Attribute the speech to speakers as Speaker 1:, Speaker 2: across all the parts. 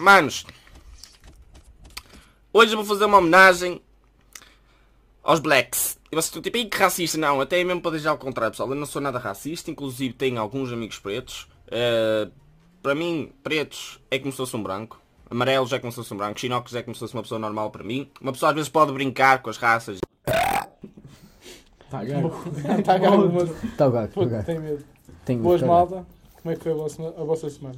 Speaker 1: Manos, hoje eu vou fazer uma homenagem aos blacks. E vocês estão tipo, "Ih, que racista? Não, até mesmo para deixar ao contrário, pessoal. Eu não sou nada racista, inclusive tenho alguns amigos pretos. Eh, para mim, pretos é como se fosse um branco. Amarelos é como se fosse um branco. Chinocos é como se fosse uma pessoa normal para mim. Uma pessoa às vezes pode brincar com as raças.
Speaker 2: Tá gago.
Speaker 3: Tá gago, mas
Speaker 2: Tá gago, tá
Speaker 3: puto,
Speaker 2: gago.
Speaker 3: tem medo.
Speaker 2: Tenho
Speaker 3: Boas
Speaker 2: tá gago.
Speaker 3: malta, como é que foi a vossa, a vossa semana?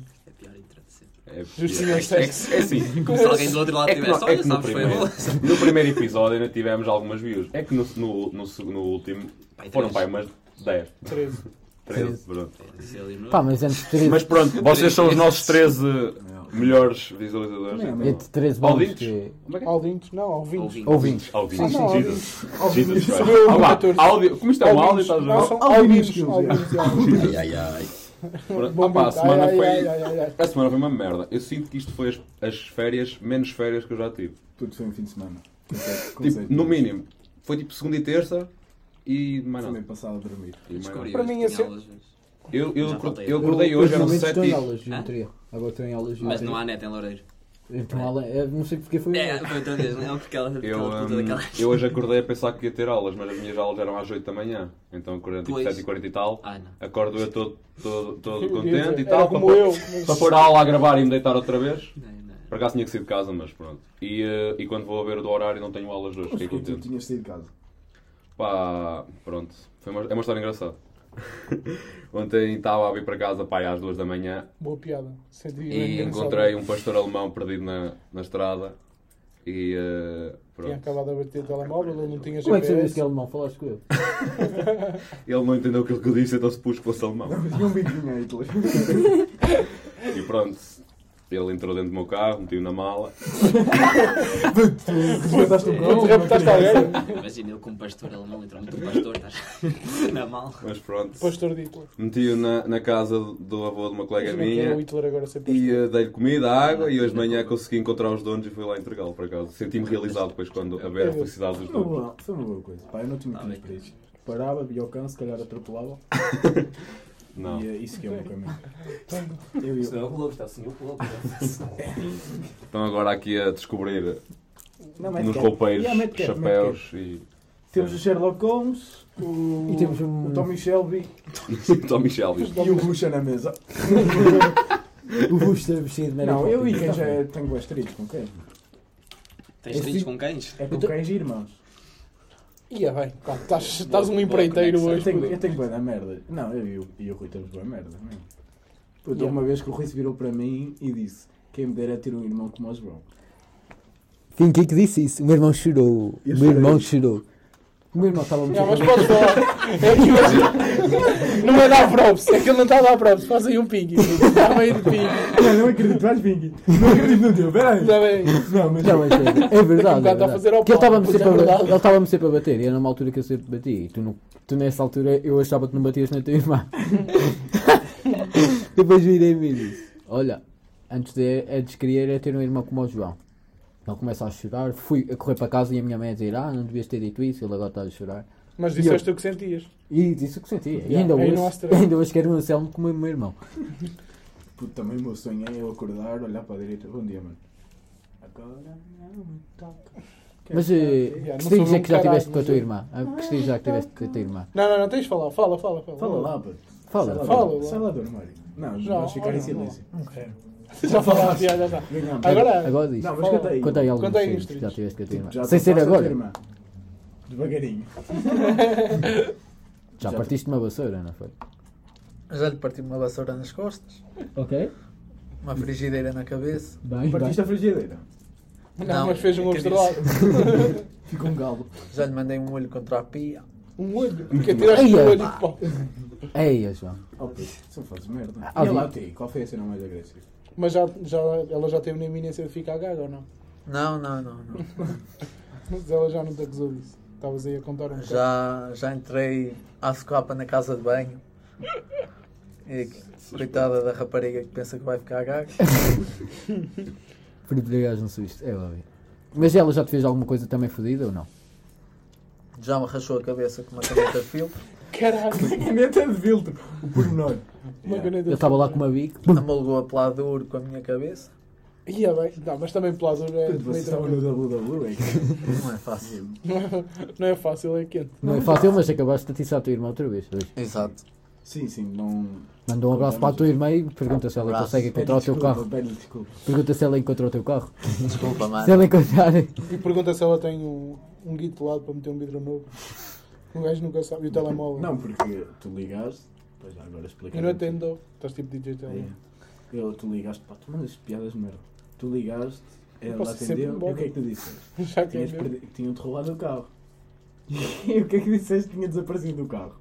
Speaker 4: É,
Speaker 3: Justinho,
Speaker 4: é,
Speaker 3: isto é-
Speaker 4: é, que- é assim,
Speaker 5: Como se alguém do outro lado
Speaker 4: é que,
Speaker 5: tivesse,
Speaker 4: no, é
Speaker 5: olha,
Speaker 4: que no,
Speaker 5: sabes, foi
Speaker 4: primeiro,
Speaker 5: bom.
Speaker 4: no primeiro episódio ainda tivemos algumas views. É que no, no, no, seg- no último
Speaker 5: Pai,
Speaker 4: foram
Speaker 5: três.
Speaker 4: pai umas 10,
Speaker 3: 13.
Speaker 4: 13, pronto.
Speaker 5: Isso ali no-
Speaker 2: Pá, mas entre 13,
Speaker 4: Mas pronto, vocês são os nossos 13 melhores visualizadores.
Speaker 2: entre 13 bons
Speaker 4: Ouvintes?
Speaker 2: que...
Speaker 4: Como é que é?
Speaker 3: Ouvintes? Não, ouvintes.
Speaker 5: Ouvintes.
Speaker 2: Ouvintes.
Speaker 4: Áudio.
Speaker 3: Ah, não,
Speaker 4: Jesus.
Speaker 3: ouvintes.
Speaker 4: Jesus Christ.
Speaker 3: Sou eu,
Speaker 4: Ah, lá,
Speaker 3: 14.
Speaker 4: áudio. Como isto é um áudio,
Speaker 3: Ouvintes.
Speaker 4: estás
Speaker 3: Não, são
Speaker 4: a
Speaker 3: ouvintes. Ouvintes. ouvintes.
Speaker 5: Ai, ai, ai.
Speaker 4: ver?
Speaker 3: Bom
Speaker 4: Pronto. Ah, pá, a
Speaker 3: bom.
Speaker 4: semana
Speaker 3: Ai, ai,
Speaker 4: foi.
Speaker 3: ai, ai, ai.
Speaker 4: A semana foi uma merda. Eu sinto que isto foi as, as férias, menos férias que eu já tive.
Speaker 6: Tudo foi um fim de semana.
Speaker 4: Tipo, no mínimo. Foi tipo segunda e terça e mais nada.
Speaker 6: Também passado a dormir.
Speaker 4: E mais nada.
Speaker 5: Descobri
Speaker 3: Para
Speaker 5: hoje
Speaker 3: mim,
Speaker 5: que
Speaker 3: esse-
Speaker 5: tinha aulas hoje.
Speaker 4: Eu, eu,
Speaker 5: Já
Speaker 4: acor-
Speaker 5: voltei.
Speaker 4: eu acordei hoje, eram
Speaker 2: momento estou
Speaker 4: 7
Speaker 2: em
Speaker 4: e...
Speaker 2: aulas de geometria. Agora estou em aulas de
Speaker 5: Mas
Speaker 2: geometria.
Speaker 5: não há neta em Loureiro.
Speaker 2: Então, ela- eu não sei porque foi...
Speaker 5: É, foi outra vez, não é? Porque ela
Speaker 4: Eu,
Speaker 5: aquela puta
Speaker 4: hum,
Speaker 5: daquela.
Speaker 4: eu hoje acordei a pensar que ia ter aulas, mas as minhas aulas eram às 8 da manhã. Então acordei tipo
Speaker 5: Pois.
Speaker 4: 7h40 e tal.
Speaker 5: Ah, não.
Speaker 4: Acordo eu todo, todo, todo
Speaker 3: Eu ia
Speaker 4: contente
Speaker 3: dizer,
Speaker 4: e tal.
Speaker 3: era
Speaker 4: para
Speaker 3: como
Speaker 4: pôr-
Speaker 3: eu, mas-
Speaker 4: Para pôr a aula a gravar e me deitar outra vez.
Speaker 5: Não, não.
Speaker 4: Por acaso tinha que sair de casa, mas pronto. E, eh, e quando vou a ver do horário não tenho aulas hoje, fiquei
Speaker 6: E tu
Speaker 4: contente.
Speaker 6: tinhas saído de casa.
Speaker 4: Pá, pronto. Foi uma- é uma história engraçada. Ontem estava a vir para casa, pá, às 2 da manhã
Speaker 3: Boa piada. Senti
Speaker 4: e encontrei um pastor alemão perdido na, na estrada. E eh,
Speaker 3: Tinha
Speaker 4: pronto.
Speaker 3: acabado de bater o telemóvel, ele não tinha
Speaker 2: Como é que sabias
Speaker 3: GPS.
Speaker 2: que é alemão? Falaste com ele?
Speaker 4: Ele não entendeu aquilo que eu disse, então se pus que fosse alemão.
Speaker 6: Tinha um biquinho aí, Hitler.
Speaker 4: E pronto, ele entrou dentro do meu carro, meteu na mala.
Speaker 6: Resgataste um
Speaker 3: Quando
Speaker 6: cão.
Speaker 3: raptaste alguém,
Speaker 5: Imagina ele como pastor alemão, literalmente um pastor, estás na mal.
Speaker 4: Mas pronto,
Speaker 3: pastor de Hitler.
Speaker 4: meti-o na, na casa do avô de uma colega
Speaker 3: Imagina é que era o
Speaker 4: minha.
Speaker 3: Hitler agora ser pastor.
Speaker 4: E eh, dei-lhe comida, água e hoje de manhã consegui encontrar os donos e fui lá entregá-lo para casa. Senti-me realizado depois quando
Speaker 3: É,
Speaker 4: a ver a felicidade dos
Speaker 6: Foi uma
Speaker 4: donos.
Speaker 6: boa- Foi uma boa coisa. Pá, eu não tinha
Speaker 5: Ah,
Speaker 6: muitas
Speaker 5: bem.
Speaker 6: para isto. Parava, via o cão, se calhar atropelava.
Speaker 4: Não.
Speaker 6: E é isso que é o meu caminho. Eu e eu.
Speaker 5: o lobo está assim, o lobo
Speaker 4: Estão Então agora aqui a descobrir
Speaker 6: Não,
Speaker 4: nos
Speaker 6: Madcap.
Speaker 4: roupeiros,
Speaker 6: Yeah, Madcap, Madcap.
Speaker 4: chapéus e.
Speaker 6: Temos o Sherlock Holmes, o,
Speaker 2: E temos um-
Speaker 6: o Tommy Shelby
Speaker 4: Tommy Shelby.
Speaker 6: e o Bucha na mesa.
Speaker 2: O busto é vestido de Mary
Speaker 6: Não, eu e
Speaker 2: Poppins.
Speaker 6: quem já é- tenho gastritos com quem?
Speaker 5: Tens trilhos com cães?
Speaker 6: É com quem, irmãos?
Speaker 3: Ia bem, pá, estás estás um
Speaker 5: Boa
Speaker 3: empreiteiro
Speaker 5: conexão.
Speaker 6: Eu
Speaker 3: hoje.
Speaker 6: tenho, eu tenho bué da merda. Não, eu e o, e o Rui temos boa merda. mesmo. Puto, houve uma vez que o Rui se virou para mim e disse: Quem me dera ter um irmão como o João.
Speaker 2: Quem que é que disse isso? O meu irmão chorou. O
Speaker 6: Eu
Speaker 2: meu irmão
Speaker 6: chorei.
Speaker 2: chorou. O meu irmão estava muito
Speaker 3: Não, mas
Speaker 2: errado.
Speaker 3: podes falar. É que imagina- não é dar props, é que ele não está a dar props. Faz aí um ping. Está meio de ping.
Speaker 6: Não, não acredito, vais Bing. Não acredito no teu, peraí.
Speaker 3: Está bem.
Speaker 6: Não, mas.
Speaker 2: Não, mas é, é
Speaker 3: Daqui a
Speaker 2: verdade.
Speaker 3: bocado
Speaker 2: É
Speaker 3: está a fazer
Speaker 2: verdade.
Speaker 3: ao
Speaker 2: Porque ele
Speaker 3: pau,
Speaker 2: estava-me
Speaker 3: pois
Speaker 2: sempre,
Speaker 3: é
Speaker 2: a-
Speaker 3: verdade.
Speaker 2: ele estava-me sempre a bater. E era numa altura que eu sempre bati. E tu, não, tu nessa altura eu achava que não batias na tua irmã. Depois virei-me e disse: Olha, antes de é descrever é ter um irmão como o João. Ele começa a chorar. Fui a correr para casa e a minha mãe a dizer: Ah, não devias ter dito isso. Ele agora está a chorar.
Speaker 3: Mas disseste o que sentias.
Speaker 2: E disse o que sentia. E
Speaker 3: Yeah,
Speaker 2: ainda
Speaker 3: aí não há
Speaker 2: hoje,
Speaker 3: stress.
Speaker 2: ainda hoje quero um Anselmo como o meu irmão.
Speaker 6: Puto, também o meu sonho é eu acordar, olhar para a direita. Bom dia, mano. Agora não me toca.
Speaker 2: Mas eh,
Speaker 3: Yeah, não
Speaker 2: que estilos
Speaker 3: sou
Speaker 2: é
Speaker 3: um
Speaker 2: que já
Speaker 3: caralho,
Speaker 2: tiveste com a tua
Speaker 3: mas eu- tá.
Speaker 2: irmã? Ah, Que estilos já que tiveste com a tua irmã?
Speaker 3: Não, não, não, tens de falar. Fala, fala, fala.
Speaker 6: Fala lá, puto.
Speaker 2: Fala,
Speaker 6: Sai lá,
Speaker 3: fala
Speaker 6: do-
Speaker 3: lá.
Speaker 6: Sai lá do armário. Não,
Speaker 3: Já,
Speaker 6: vamos ficar em
Speaker 3: olha,
Speaker 6: silêncio.
Speaker 3: Já falaste, já, já está.
Speaker 6: Ganhamos.
Speaker 3: Agora,
Speaker 2: Agora diz.
Speaker 6: Não, mas conta aí. Tipo,
Speaker 2: Conta aí alguns
Speaker 3: Conta aí
Speaker 2: estilos
Speaker 3: os
Speaker 2: que
Speaker 3: três.
Speaker 2: já tiveste com a tua irmã.
Speaker 6: Já
Speaker 2: Sem ser
Speaker 6: passaste a tua
Speaker 2: agora.
Speaker 6: irmã. Devagarinho.
Speaker 2: Já
Speaker 6: Já.
Speaker 2: partiste uma vassoura, não foi?
Speaker 7: Já lhe parti uma vassoura nas costas,
Speaker 2: Ok.
Speaker 7: uma frigideira na cabeça.
Speaker 2: Bem,
Speaker 6: Partiste a frigideira.
Speaker 3: não, mas fez um
Speaker 7: é que
Speaker 3: olho de lado.
Speaker 6: Fica um galo.
Speaker 7: Já lhe mandei um olho contra a pia.
Speaker 3: Um olho. Porque tiraste
Speaker 2: Ai,
Speaker 3: um
Speaker 2: ai,
Speaker 3: olho.
Speaker 2: pá.
Speaker 3: pô.
Speaker 2: Eia, João.
Speaker 6: Oh, puto, só fazes merda.
Speaker 2: Ah,
Speaker 6: e ela
Speaker 2: vi.
Speaker 6: ti, qual foi a cena mais agressiva?
Speaker 3: Mas já, já, ela já teve na iminência de ficar gaga ou não?
Speaker 7: Não, não, não. não.
Speaker 3: Mas ela já não te acusou disso. Estavas aí a contar um bocado.
Speaker 7: Já, já entrei à socapa na casa de banho. E coitada da rapariga que pensa que vai ficar gaga.
Speaker 2: Perdigas um susto. É óbvio. Mas ela já te fez alguma coisa também fodida ou não?
Speaker 7: Já me rachou a cabeça com uma caneta de filtro.
Speaker 3: Caralho,
Speaker 6: Caneta de filtro, o pormenor.
Speaker 3: uma
Speaker 6: Yeah.
Speaker 3: caneta.
Speaker 2: Eu estava lá com uma bic.
Speaker 7: Amolgou a pelado duro com a minha cabeça.
Speaker 3: Ia bem, não, mas também Plaza é
Speaker 6: Perturbação no
Speaker 3: bonito.
Speaker 6: WWE.
Speaker 7: Não é fácil.
Speaker 3: Não é fácil, é quente.
Speaker 2: Não é fácil, mas acabaste de atiçar a tua irmã outra vez. hoje.
Speaker 7: Exato.
Speaker 6: Sim, sim, não.
Speaker 2: Manda um abraço para a tua irmã e pergunta se ela
Speaker 7: Abraço.
Speaker 2: consegue encontrar o teu
Speaker 6: Desculpa,
Speaker 2: carro.
Speaker 6: Pedro, desculpa.
Speaker 2: Pergunta se ela encontrou o teu carro.
Speaker 7: Desculpa,
Speaker 6: é
Speaker 2: Se
Speaker 7: mano.
Speaker 2: ela encontrar.
Speaker 3: E pergunta se ela tem um, um guito de lado para meter um vidro novo. O gajo nunca sabe. E o telemóvel?
Speaker 6: Não, porque tu ligaste. Pois já agora explica.
Speaker 3: Eu não entendo. Estás tipo DJ
Speaker 6: É.
Speaker 3: telemóvel.
Speaker 6: Eu, tu ligaste, pá, tu mandas piadas de merda. Tu ligaste, ela
Speaker 3: posso ser
Speaker 6: atendeu,
Speaker 3: bom.
Speaker 6: e o que é que tu disseste?
Speaker 3: Já que é
Speaker 6: Tinhas
Speaker 3: meu.
Speaker 6: perdi... Tinham-te roubado o carro. E o que é que disseste? Tinha desaparecido o carro.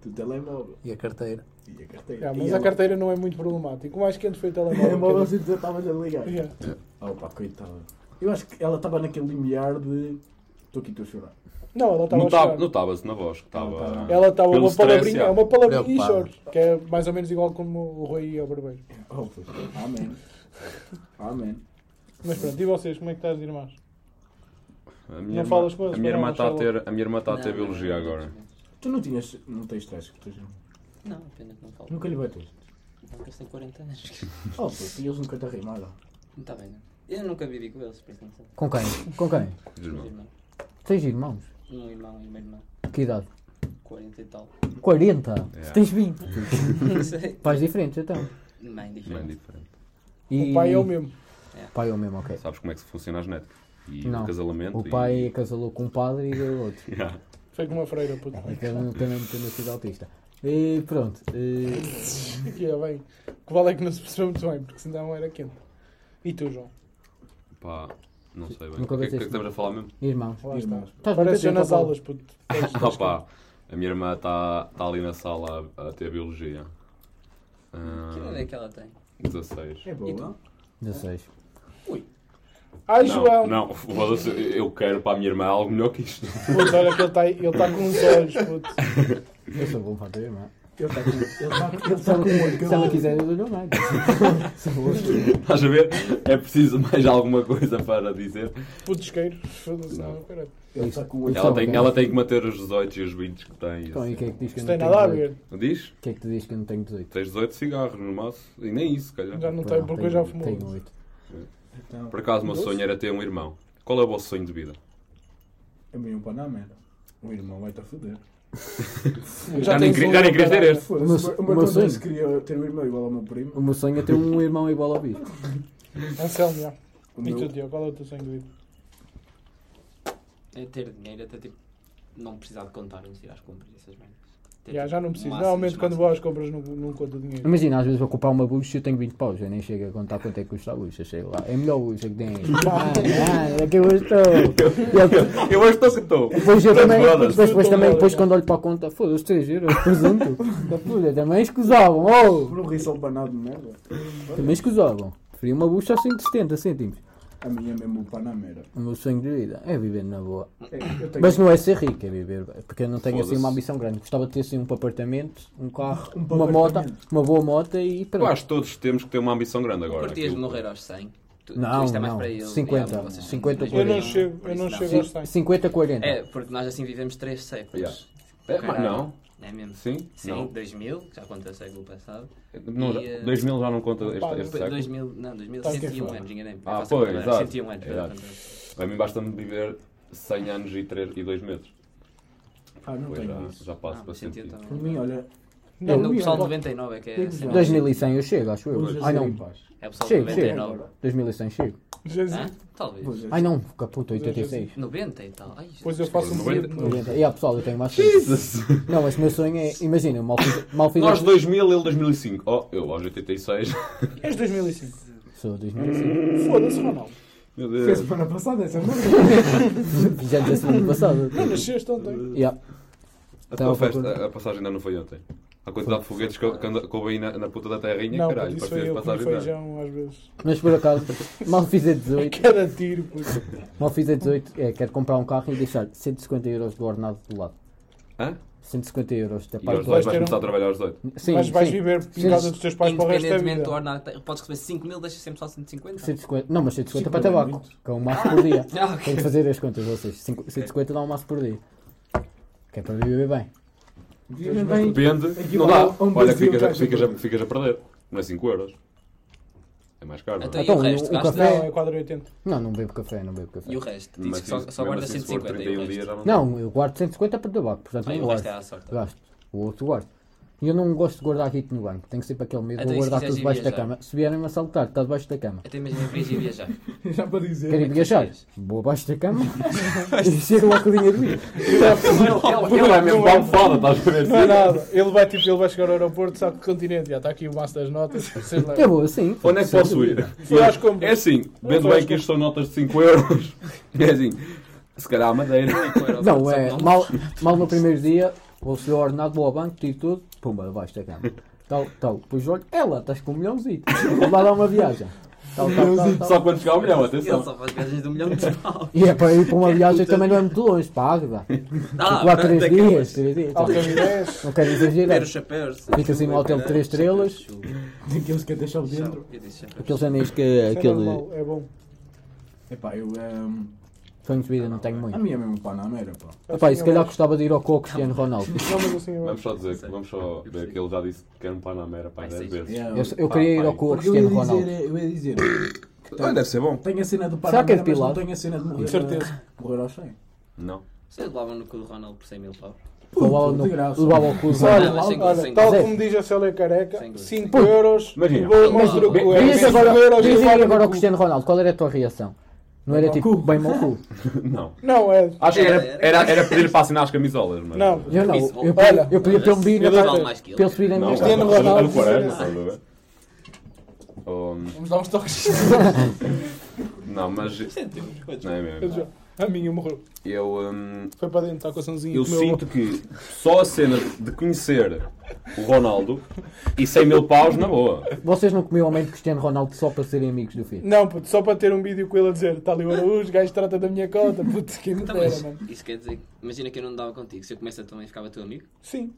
Speaker 6: Do telemóvel.
Speaker 7: E a carteira?
Speaker 6: E a carteira.
Speaker 3: Ah,
Speaker 6: E
Speaker 3: mas
Speaker 6: ela- É
Speaker 3: a carteira não é muito problemática. O mais quente foi o
Speaker 6: O telemóvel
Speaker 3: telemóvel.
Speaker 6: se já estavas a ligar.
Speaker 3: Yeah.
Speaker 6: Oh pá, coitada. Eu acho que ela estava naquele limiar de. Estou aqui, estou a chorar.
Speaker 3: Não, ela estava
Speaker 4: Não
Speaker 3: a chorar.
Speaker 4: estava-se na voz que estava.
Speaker 3: Ela estava
Speaker 4: Pelo
Speaker 3: uma
Speaker 4: stress,
Speaker 3: palavrinha,
Speaker 4: já.
Speaker 3: é uma palavrinha e
Speaker 7: Preocupada.
Speaker 3: chores, que é mais ou menos igual como o Rui e o Barbeiro.
Speaker 6: Oh, pois. Amém. Amém.
Speaker 3: Mas pronto, e vocês, como é que estás, irmãs?
Speaker 4: A
Speaker 3: Não
Speaker 4: minha irmã-
Speaker 3: falas com eles,
Speaker 4: a minha
Speaker 3: não,
Speaker 4: irmã está a
Speaker 3: só-
Speaker 4: ter, a minha irmã está a ter
Speaker 5: Não, não,
Speaker 4: biologia
Speaker 5: não,
Speaker 4: agora.
Speaker 6: Tu não tinhas. Não tens stress que tu já-
Speaker 5: Não, pena que não falo.
Speaker 6: Nunca lhe bateste.
Speaker 5: Nunca tem 40 anos.
Speaker 6: Oh, pô, tinhas um cartão rimado.
Speaker 5: Não está bem, não. Eu nunca vivi com eles, por isso não sei.
Speaker 2: Com quem? Com quem?
Speaker 5: Meus
Speaker 4: Desmão.
Speaker 5: irmãos.
Speaker 2: Tens irmãos?
Speaker 5: Um irmão e uma irmã.
Speaker 2: Que idade?
Speaker 5: 40 e tal.
Speaker 2: 40?
Speaker 6: É.
Speaker 4: Yeah.
Speaker 2: Se tens 20.
Speaker 5: Não sei.
Speaker 2: Pais diferentes então.
Speaker 5: Mãe
Speaker 4: Bem
Speaker 5: diferente.
Speaker 4: diferente.
Speaker 2: E-
Speaker 3: O pai é o mesmo.
Speaker 2: Pai é o mesmo, ok.
Speaker 4: Sabes como é que se funciona a genética? E
Speaker 2: Não.
Speaker 4: o casalamento.
Speaker 2: O
Speaker 4: e-
Speaker 2: pai casalou com um padre e deu outro.
Speaker 4: Yeah.
Speaker 3: Foi com uma freira, puto.
Speaker 2: E cada um tem mesmo tendência autista. E pronto. E...
Speaker 3: Que é bem. Que vale é que não se percebeu muito bem, porque senão era quente. E tu, João?
Speaker 4: Pá, não sei bem.
Speaker 2: Nunca
Speaker 4: O que, é- o que
Speaker 2: bateste.
Speaker 4: é que estamos a falar mesmo?
Speaker 2: Irmãos.
Speaker 3: Lá está.
Speaker 6: Tá
Speaker 2: Estás
Speaker 3: Parece
Speaker 2: muito
Speaker 3: já nas
Speaker 2: atento ao-
Speaker 3: aulas, puto.
Speaker 4: Ah, pá, a minha irmã está está ali na sala a, a ter biologia. Ah,
Speaker 5: Que idade é que ela tem?
Speaker 4: 16.
Speaker 6: É
Speaker 5: E
Speaker 6: boa.
Speaker 5: tu?
Speaker 2: 16.
Speaker 3: Ai,
Speaker 4: Não,
Speaker 3: é Ah, João!
Speaker 4: não, foda-se, eu quero para a minha irmã algo melhor que isto.
Speaker 3: Puto, olha que ele está ele tá com uns olhos, puto.
Speaker 2: Eu sou bom para a tua irmã.
Speaker 6: Ele está com. Ele
Speaker 2: Se
Speaker 6: está
Speaker 2: ela,
Speaker 6: com
Speaker 2: se ela
Speaker 6: um
Speaker 2: quiser, eu dou-lhe um like.
Speaker 4: Estás a ver? É preciso mais alguma coisa para dizer.
Speaker 3: Puto isqueiro. Foda-se,
Speaker 4: Não.
Speaker 3: não, caralho.
Speaker 6: Ele está com um
Speaker 2: Isso
Speaker 4: Ela
Speaker 2: é
Speaker 4: tem,
Speaker 2: bacana.
Speaker 4: ela tem que manter os 18 e os 20 que tem. assim.
Speaker 2: Então, e o que é que diz que eu
Speaker 3: Isso
Speaker 2: não
Speaker 3: tem
Speaker 2: tenho
Speaker 3: nada a
Speaker 2: 18?
Speaker 3: ver.
Speaker 4: Não Diz?
Speaker 2: O que é que tu diz que eu não tenho 18?
Speaker 4: Tens 18 cigarros no maço. E nem isso, se calhar.
Speaker 3: Já não tem, porque eu já um. fumo.
Speaker 2: Tenho 8.
Speaker 6: Então,
Speaker 4: Por acaso, o meu sonho era ter um irmão. Qual é o vosso sonho de vida?
Speaker 6: é meio um panamera. O irmão vai-te a foder.
Speaker 4: Já
Speaker 3: tens
Speaker 4: nem queria-
Speaker 3: um,
Speaker 4: já nem queria ter
Speaker 3: caralho.
Speaker 4: este.
Speaker 2: O meu-
Speaker 6: É Foda-se,
Speaker 2: o
Speaker 6: O
Speaker 2: meu
Speaker 6: meu irmão
Speaker 2: sonho.
Speaker 6: queria ter um irmão igual ao meu primo.
Speaker 2: O meu sonho é ter um irmão igual ao bicho.
Speaker 3: Anselmo, já.
Speaker 6: O
Speaker 3: E tu,
Speaker 6: meu.
Speaker 3: Diogo, qual é o teu sangue de vida?
Speaker 5: É ter dinheiro até tipo. Não precisar de contar, não ir às compras e essas merdas. Ter,
Speaker 3: Já,
Speaker 5: tipo,
Speaker 3: já não preciso.
Speaker 5: máximos,
Speaker 3: Normalmente quando vou
Speaker 5: máximos.
Speaker 3: às compras não, não conto dinheiro.
Speaker 2: Imagina, às vezes vou comprar uma bucha e eu tenho 20 paus. Eu nem chego a contar quanto é que custa a bucha, sei lá. É melhor bucha que tem. Ah, ah, é que eu estou.
Speaker 4: Eu hoje estou que estou.
Speaker 2: Depois eu também,
Speaker 4: rodas.
Speaker 2: depois, depois,
Speaker 3: Eu
Speaker 2: também,
Speaker 3: tô
Speaker 2: depois
Speaker 3: mal,
Speaker 2: quando olho para a conta, foda-se, é 3 euros, presunto. Da puta, também escusavam, oh!
Speaker 6: Por um riso panado de merda.
Speaker 2: Também escusavam. Preferia uma bucha a 170 cêntimos.
Speaker 6: A minha é mesmo o panamera.
Speaker 2: O meu sonho de vida é viver na boa.
Speaker 6: É, Eu tenho
Speaker 2: Mas não é ser rico, é viver, porque eu não tenho assim uma
Speaker 4: Foda-se.
Speaker 2: ambição grande. Gostava de ter assim um apartamento, um carro,
Speaker 6: Um
Speaker 2: uma moto,
Speaker 6: apartamento.
Speaker 2: uma boa moto e
Speaker 4: Eu
Speaker 2: pronto.
Speaker 4: acho que todos temos que ter uma ambição grande agora.
Speaker 5: Curtias de
Speaker 4: Aquilo-
Speaker 5: morrer aos 100? Tu, tu
Speaker 2: Não,
Speaker 5: isto é mais
Speaker 2: não.
Speaker 5: para eles,
Speaker 2: 50,
Speaker 5: digamos, vocês
Speaker 2: 50
Speaker 5: têm
Speaker 2: por
Speaker 3: Eu não
Speaker 5: dois milhões,
Speaker 3: chego,
Speaker 5: por
Speaker 3: eu
Speaker 5: isso
Speaker 3: não
Speaker 5: dá.
Speaker 3: chego aos 100.
Speaker 2: 50, 40.
Speaker 5: É, porque nós assim vivemos 3 séculos.
Speaker 4: Yeah. É, mas
Speaker 5: Caralho.
Speaker 4: não.
Speaker 5: É mesmo?
Speaker 4: Sim?
Speaker 5: Sim,
Speaker 4: Não.
Speaker 5: 2000, que já conta o século passado.
Speaker 4: Não, já-
Speaker 5: E, eh,
Speaker 4: 2000 já não conta
Speaker 3: Ah,
Speaker 4: este, este
Speaker 5: Depois,
Speaker 4: século.
Speaker 5: 2000, não,
Speaker 3: Tá
Speaker 6: Estás que é
Speaker 5: 2101
Speaker 6: foda.
Speaker 5: anos, enganei-me.
Speaker 4: Ah,
Speaker 5: Faço a
Speaker 4: pois,
Speaker 5: conta,
Speaker 4: exato.
Speaker 5: 101 anos.
Speaker 4: Exato. A mim basta-me viver 100 anos e, 3, e 2 meses.
Speaker 6: Ah, não
Speaker 4: Depois
Speaker 6: tenho
Speaker 4: já,
Speaker 6: isso.
Speaker 4: já
Speaker 5: Ah,
Speaker 4: passo para 100.
Speaker 5: então.
Speaker 6: Por mim, olha.
Speaker 5: um É,
Speaker 6: eu
Speaker 5: no
Speaker 6: ia-
Speaker 5: pessoal de 99 é que é.
Speaker 6: Digo já.
Speaker 2: 2100 eu chego, acho eu.
Speaker 6: Vou já
Speaker 2: Ai
Speaker 6: ser em
Speaker 2: não,
Speaker 6: paz.
Speaker 5: É o pessoal de
Speaker 2: Chego, chego.
Speaker 5: 99.
Speaker 2: 2100 chego.
Speaker 5: Hã?
Speaker 3: Jesus.
Speaker 5: Talvez.
Speaker 6: Vou já
Speaker 2: Ai não, caputa, 86.
Speaker 5: 90 e tal. Ai,
Speaker 3: Depois é. eu
Speaker 5: Jesus.
Speaker 3: faço um
Speaker 4: Não é-
Speaker 3: pedido.
Speaker 2: E yeah, pessoal, eu tenho mais sonhos. Não, mas o meu sonho é. Imagina, mal fiz. Mal fiz
Speaker 4: Nós 2000, ele 2005. Oh, eu aos 86.
Speaker 3: És 2005.
Speaker 2: Sou 2005.
Speaker 3: Foda-se, Ronaldo.
Speaker 4: Meu
Speaker 6: Foi a
Speaker 4: Deus.
Speaker 6: semana passada, essa merda.
Speaker 2: Fiz anos a semana passada.
Speaker 3: Não nasceste ontem.
Speaker 2: Yeah.
Speaker 4: A
Speaker 2: Estava
Speaker 4: tua
Speaker 2: a procurar.
Speaker 4: festa, a passagem ainda não foi ontem. A quantidade de foguetes que, eu- que anda- coube aí na, na puta da terrinha,
Speaker 3: Não,
Speaker 4: caralho,
Speaker 3: puto, isso foi
Speaker 4: parecia
Speaker 3: eu
Speaker 4: as
Speaker 3: comi
Speaker 4: passagens de ano.
Speaker 3: feijão às vezes.
Speaker 2: Mas por acaso, mal fiz a 18.
Speaker 3: Cada tiro, puto.
Speaker 2: Mal fiz a 18. É, quero comprar um carro e deixar 150 euros do ordenado do lado.
Speaker 4: Hã?
Speaker 2: 150 euros da
Speaker 4: E aos
Speaker 2: parte do lado.
Speaker 3: vais
Speaker 4: 18 vais
Speaker 3: ter um-
Speaker 4: começar a trabalhar aos 18.
Speaker 2: Sim,
Speaker 3: Mas vais
Speaker 2: sim.
Speaker 3: viver em casa dos teus pais para o resto da
Speaker 5: Independentemente do
Speaker 3: vida.
Speaker 5: ordenado, que tem- podes receber 5 mil, deixas sempre só 150.
Speaker 2: 150, não, mas 150 para
Speaker 6: 50 é
Speaker 2: tabaco, que é o máximo por dia.
Speaker 5: Ah, ok.
Speaker 2: Tenho que fazer as contas, vocês. 5 150 dá um máximo por dia. Que é para viver bem.
Speaker 6: Vivem bem.
Speaker 4: Depende,
Speaker 6: Aqui
Speaker 4: não dá.
Speaker 6: vai um- um
Speaker 4: Olha,
Speaker 6: Brasil
Speaker 4: ficas, a-
Speaker 6: que acha
Speaker 4: ficas, a,
Speaker 6: tudo.
Speaker 4: ficas a perder. Não é 5 euros. É mais caro. não é?
Speaker 5: Então, e
Speaker 2: Então,
Speaker 5: o resto?
Speaker 2: o
Speaker 5: Gastas?
Speaker 2: café-
Speaker 3: Não, é 4,80.
Speaker 2: Não, não bebo café, não bebo café.
Speaker 5: E o resto?
Speaker 4: Mas
Speaker 5: Diz que só,
Speaker 4: se-
Speaker 5: só
Speaker 4: mesmo
Speaker 5: guarda
Speaker 4: assim, se for
Speaker 5: 150 e
Speaker 4: 31
Speaker 5: o
Speaker 4: dias,
Speaker 5: resto.
Speaker 4: já não-
Speaker 2: Não, eu guardo 150 para tabaco, portanto
Speaker 5: Bem,
Speaker 2: não
Speaker 5: o resto é
Speaker 2: gosto.
Speaker 5: à sorte.
Speaker 2: Gasto. O outro guardo. E eu não gosto de guardar aqui no banco, tenho sempre aquele medo, vou
Speaker 5: Então, e se
Speaker 2: guardar tudo
Speaker 5: quiseres ir
Speaker 2: debaixo da
Speaker 5: viajar?
Speaker 2: cama. Se vierem-me assaltar, está debaixo da cama.
Speaker 5: Até mesmo em e viajar.
Speaker 6: Já para dizer.
Speaker 2: Querem viajar?
Speaker 5: queres?
Speaker 2: Vou abaixo da cama e cheiro a colinha de mim.
Speaker 4: Ele ele é mesmo
Speaker 3: Não é-
Speaker 4: balfada, estás a ver?
Speaker 3: Não é nada. Ele vai, tipo, ele vai chegar ao aeroporto, sabe que continente, já está aqui o maço das notas, vocês lá.
Speaker 2: Eu vou assim.
Speaker 4: Onde é que posso ir?
Speaker 3: Foi às compras.
Speaker 4: É assim, vendo bem que isto são notas de 5 euros. É assim, se calhar a madeira.
Speaker 2: Não, é mal, mal no primeiro dia, vou ser ordenado, vou ao banco, tiro tudo, pumba, abaixo da cama. Tal, tal, depois olho, ela, estás com um milhãozinho, vou lá dar uma viagem. Tal, tal, tal, tal.
Speaker 4: Só quando chegar ao milhão,
Speaker 5: Ele
Speaker 4: atenção.
Speaker 5: só faz viagens de um milhão de pau.
Speaker 2: E é para ir para uma viagem também não é muito longe, para a Águeda.
Speaker 5: Ah,
Speaker 2: Tipo, há 3 dias, 3 dias.
Speaker 3: Alcaminés.
Speaker 2: Não quero exagerar.
Speaker 5: Ver os chapéus.
Speaker 2: Fica assim no hotel de três
Speaker 5: é
Speaker 2: estrelas.
Speaker 6: Daqueles que até chove dentro.
Speaker 5: Eu disse chapéus.
Speaker 2: Aqueles anéis que.
Speaker 3: Aquele... É
Speaker 2: Aquele.
Speaker 3: normal, é bom.
Speaker 6: Epá, eu. ehm,
Speaker 2: Sonho de vida não tenho
Speaker 6: a
Speaker 2: muito.
Speaker 6: minha é mesmo Panamera, pá.
Speaker 2: Epá, e se calhar gostava de ir ao Coco Cristiano Ronaldo.
Speaker 3: Não, mas assim, eu...
Speaker 4: Vamos só dizer, que- vamos só ver que ele já disse que quer um Panamera para
Speaker 5: Vai
Speaker 4: 10
Speaker 5: ser.
Speaker 4: vezes.
Speaker 6: Yeah.
Speaker 2: Eu, eu queria ir ao Coco
Speaker 6: Porque É, eu ia
Speaker 2: Cristiano
Speaker 6: dizer,
Speaker 2: Ronaldo.
Speaker 6: eh, eu ia dizer. que
Speaker 8: Ah,
Speaker 6: tenho-
Speaker 8: deve ser bom.
Speaker 6: Tenho a cena do
Speaker 2: Será que é
Speaker 6: Panamera, mas não
Speaker 2: depilado?
Speaker 6: tenho a cena de morrer. eh,
Speaker 3: Com certeza.
Speaker 6: Morrer ao 100.
Speaker 4: Não.
Speaker 5: Vocês levavam no cu do Ronaldo por 100 mil pau.
Speaker 2: Levava
Speaker 6: de graça.
Speaker 2: no- levava ao cu.
Speaker 3: Olha,
Speaker 5: mas sem-
Speaker 3: olha,
Speaker 5: sem-
Speaker 3: tal
Speaker 2: sem-
Speaker 3: como diz a Célia Careca,
Speaker 5: Sem-
Speaker 3: 5 euros,
Speaker 4: Imagina.
Speaker 3: vou mostrar o
Speaker 5: Diz
Speaker 3: cu.
Speaker 2: Diz
Speaker 3: cinco
Speaker 2: agora,
Speaker 3: euros,
Speaker 2: diz
Speaker 3: eu
Speaker 2: aí
Speaker 3: vou
Speaker 2: agora ao
Speaker 3: no cu.
Speaker 2: Cristiano Ronaldo, qual era a tua reação? Não era tipo, bem meu cu.
Speaker 4: Não.
Speaker 3: Não, é...
Speaker 4: Acho que era, era, era pedir para assinar as camisolas, mas.
Speaker 3: Não.
Speaker 2: Eu não,
Speaker 5: Isso,
Speaker 2: eu,
Speaker 3: olha,
Speaker 2: eu podia ter um bino
Speaker 3: eu
Speaker 2: para
Speaker 5: dou mais que ele. é
Speaker 2: para ele subir na
Speaker 4: Não,
Speaker 2: minha
Speaker 4: mas
Speaker 3: Cristiano
Speaker 4: era
Speaker 3: Ronaldo,
Speaker 4: do Quaresma,
Speaker 3: sim,
Speaker 4: estás a ver? Um,
Speaker 3: Vamos dar uns toques.
Speaker 4: Não, mas.
Speaker 5: tipo,
Speaker 4: Não é
Speaker 3: Eu
Speaker 4: mesmo.
Speaker 3: já- A minha morreu.
Speaker 4: Eu. um,
Speaker 3: Foi para dentro, está com a sãozinha.
Speaker 4: Eu
Speaker 3: comeu
Speaker 4: sinto que só a cena de conhecer o Ronaldo e 100 mil paus na boa.
Speaker 2: Vocês não comiam a mãe de Cristiano Ronaldo só para serem amigos do filho?
Speaker 3: Não, puto, só para ter um vídeo com ele a dizer está ali o Araújo, o gajo trata da minha conta, puto, quem me
Speaker 5: Então,
Speaker 2: é,
Speaker 3: dera, mano.
Speaker 5: mas isso quer dizer que. Imagina que eu não dava contigo. Se eu começo a também ficava teu amigo.
Speaker 3: Sim.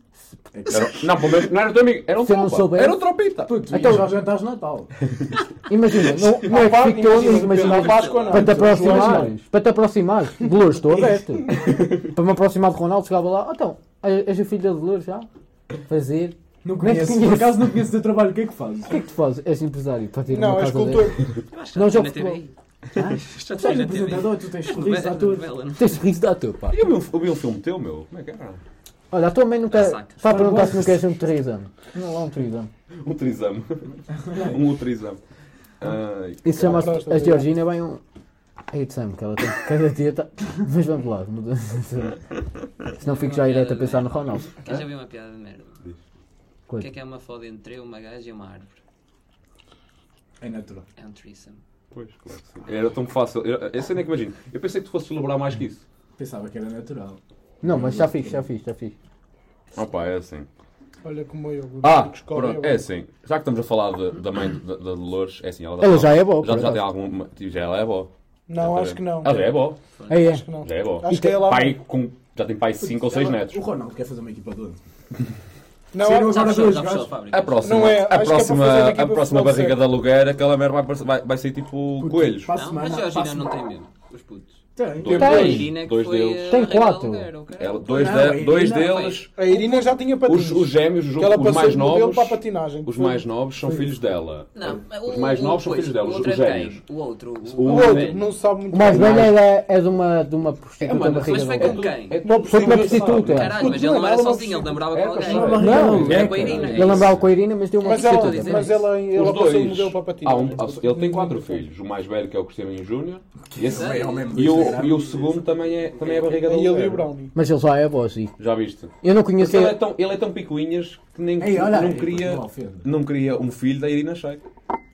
Speaker 4: Era- não, pelo menos não era o teu amigo, era um
Speaker 2: Se eu não
Speaker 4: tropa.
Speaker 2: soubesse-
Speaker 4: Era um tropita.
Speaker 6: Puto,
Speaker 2: Então-
Speaker 6: então, já jantares de Natal.
Speaker 2: Imagina, não, não
Speaker 3: À
Speaker 2: é
Speaker 3: Páscoa,
Speaker 2: que ficou amigo,
Speaker 3: imagina,
Speaker 2: imagina.
Speaker 3: à Páscoa não.
Speaker 2: Para te
Speaker 3: Joás,
Speaker 2: aproximares, para te aproximares. Dolores, estou aberto. para me aproximar de Ronaldo, chegava lá. "Ah, Então, és o filho da Dolores já? Fazer.
Speaker 6: Não
Speaker 2: Como é que
Speaker 6: conheço.
Speaker 2: conheces?
Speaker 6: Por acaso não conheço o teu trabalho, o que é que fazes?
Speaker 2: O que é que tu fazes? És empresário para ter
Speaker 3: Não,
Speaker 2: uma
Speaker 3: és
Speaker 2: casa
Speaker 3: cultor.
Speaker 2: dele.
Speaker 5: Eu acho
Speaker 2: Não,
Speaker 5: já
Speaker 2: já
Speaker 5: te vi na TV. Já
Speaker 6: Tu
Speaker 5: te vi
Speaker 6: és
Speaker 5: na TV.
Speaker 6: apresentador, tu tens sorriso,
Speaker 5: Novela,
Speaker 6: ator.
Speaker 5: novela, não?
Speaker 2: Tens riso da tua, pá.
Speaker 4: E eu vi, um- eu vi um filme teu, meu. Como é que era?
Speaker 2: Olha, a tua mãe nunca.
Speaker 5: Saca.
Speaker 2: Está a perguntar se não queres um trisano. Não há um trisano.
Speaker 4: Um trisame. um outro exame. Ai,
Speaker 2: Isso
Speaker 4: caralho.
Speaker 2: chama-se. A Georgina é bem um. Aí de sempre que ela tem. Cada dia está. Mas vamos lá. muda- Senão fico já direto a pensar no Ronaldo.
Speaker 5: Quer já ver uma piada de merda? O
Speaker 2: Coisa.
Speaker 5: que é que é uma foda entre eu, uma gaja e uma árvore?
Speaker 6: É natural.
Speaker 5: É um threesome.
Speaker 4: Pois, claro que sim. Era tão fácil. Era- Essa nem que imagino. Eu pensei que tu fosses elaborar mais que isso.
Speaker 6: Pensava que era natural.
Speaker 2: Não, mas já fiz, já fiz, já fiz.
Speaker 4: Opa, é assim.
Speaker 3: Olha como eu. o
Speaker 4: Ah,
Speaker 3: que escolhe
Speaker 4: pronto,
Speaker 3: eu.
Speaker 4: é assim. Já que estamos a falar de- da mãe de- da, da Dolores, é assim. Ela,
Speaker 2: Ela já é boa,
Speaker 4: Já,
Speaker 2: por
Speaker 4: já
Speaker 2: acaso.
Speaker 4: tem alguma. tipo, Já ela é boa.
Speaker 3: Não, acho que não.
Speaker 4: Ela já é boa.
Speaker 2: Aí é.
Speaker 3: Acho que não.
Speaker 4: Já é boa.
Speaker 3: Acho que é lá.
Speaker 4: Pai com. Já tem pai 5 ou 6
Speaker 6: Ela-
Speaker 4: netos.
Speaker 6: O Ronaldo quer fazer uma equipa toda.
Speaker 3: Não,
Speaker 6: Sim, não-
Speaker 5: Já
Speaker 6: Agora
Speaker 5: fechou,
Speaker 6: dois
Speaker 5: já fechou a
Speaker 6: gajos.
Speaker 5: fábrica.
Speaker 4: A próxima,
Speaker 3: Não é, acho que é
Speaker 4: a
Speaker 3: para
Speaker 4: próxima,
Speaker 3: fazer daqui
Speaker 4: a
Speaker 3: para
Speaker 4: próxima
Speaker 3: futebol
Speaker 4: barriga
Speaker 3: certo.
Speaker 4: da Lugueira, aquela merda vai, parecer- vai, vai ser tipo
Speaker 6: Puto,
Speaker 4: coelhos.
Speaker 6: Para a
Speaker 5: Não, mas
Speaker 6: semana.
Speaker 5: a
Speaker 6: para a
Speaker 5: Georgina não
Speaker 6: semana-
Speaker 5: tem mesmo. Os putos.
Speaker 6: Tem.
Speaker 4: Dois,
Speaker 5: A
Speaker 4: dois,
Speaker 5: Irina é que
Speaker 4: dois
Speaker 5: foi a
Speaker 4: deles.
Speaker 2: Tem
Speaker 5: rainha da
Speaker 2: quatro.
Speaker 5: Algueira, o caralho.
Speaker 4: Ela- dois
Speaker 6: Não,
Speaker 4: de-
Speaker 6: a
Speaker 4: dois
Speaker 6: Irina
Speaker 4: deles,
Speaker 3: A Irina já tinha patins.
Speaker 4: os, os gêmeos, os,
Speaker 3: que ela
Speaker 4: os
Speaker 3: passou
Speaker 4: mais
Speaker 3: de modelo
Speaker 4: novos,
Speaker 3: para a patinagem.
Speaker 4: os mais novos são filhos dela.
Speaker 5: Não, mas
Speaker 4: Os
Speaker 5: o-
Speaker 4: mais
Speaker 5: o-
Speaker 4: novos são
Speaker 5: pois,
Speaker 4: filhos delas,
Speaker 5: o outro
Speaker 4: os
Speaker 5: é quem?
Speaker 4: gêmeos.
Speaker 5: O outro.
Speaker 4: O-
Speaker 5: O...
Speaker 3: O
Speaker 4: né?
Speaker 3: outro não sabe muito
Speaker 2: O mais
Speaker 3: bem.
Speaker 2: velho é, é de uma, de uma
Speaker 4: É,
Speaker 2: prostituta
Speaker 4: mano,
Speaker 2: barriga
Speaker 4: mas
Speaker 2: de
Speaker 4: foi
Speaker 2: alguém.
Speaker 4: com quem?
Speaker 5: É
Speaker 2: Foi uma prostituta.
Speaker 5: Caralho, mas ele não era sozinho, ele namorava com
Speaker 4: É,
Speaker 5: alguém.
Speaker 4: não,
Speaker 2: Não,
Speaker 4: não,
Speaker 5: Era
Speaker 4: é,
Speaker 5: com a Irina. é
Speaker 4: caralho.
Speaker 2: Ele
Speaker 5: isso.
Speaker 2: lembrava com a Irina, mas deu uma
Speaker 3: Mas ela,
Speaker 5: dizer
Speaker 2: prostituta.
Speaker 3: mas é
Speaker 5: isso.
Speaker 3: ela, ela
Speaker 4: Os
Speaker 3: passou de
Speaker 4: dois,
Speaker 3: modelo para a patinagem.
Speaker 4: há um- há- ele tem quatro filhos. O mais velho que é o Cristiano Júnior e, esse-
Speaker 6: Hum. É o mesmo do
Speaker 4: e o,
Speaker 6: Instagram.
Speaker 4: e o segundo também é, também é a barriga da
Speaker 3: E ele e o
Speaker 4: Lugueira.
Speaker 3: Brownie.
Speaker 2: Mas ele só é a voz, e
Speaker 4: Já viste?
Speaker 2: Eu não
Speaker 4: Porque
Speaker 2: conheço
Speaker 4: ele é tão, ele é tão picuinhas que nem
Speaker 6: Ei, olha é
Speaker 4: não
Speaker 6: aí,
Speaker 4: queria
Speaker 6: não ofenda.
Speaker 4: não queria um filho da Irina Shayk.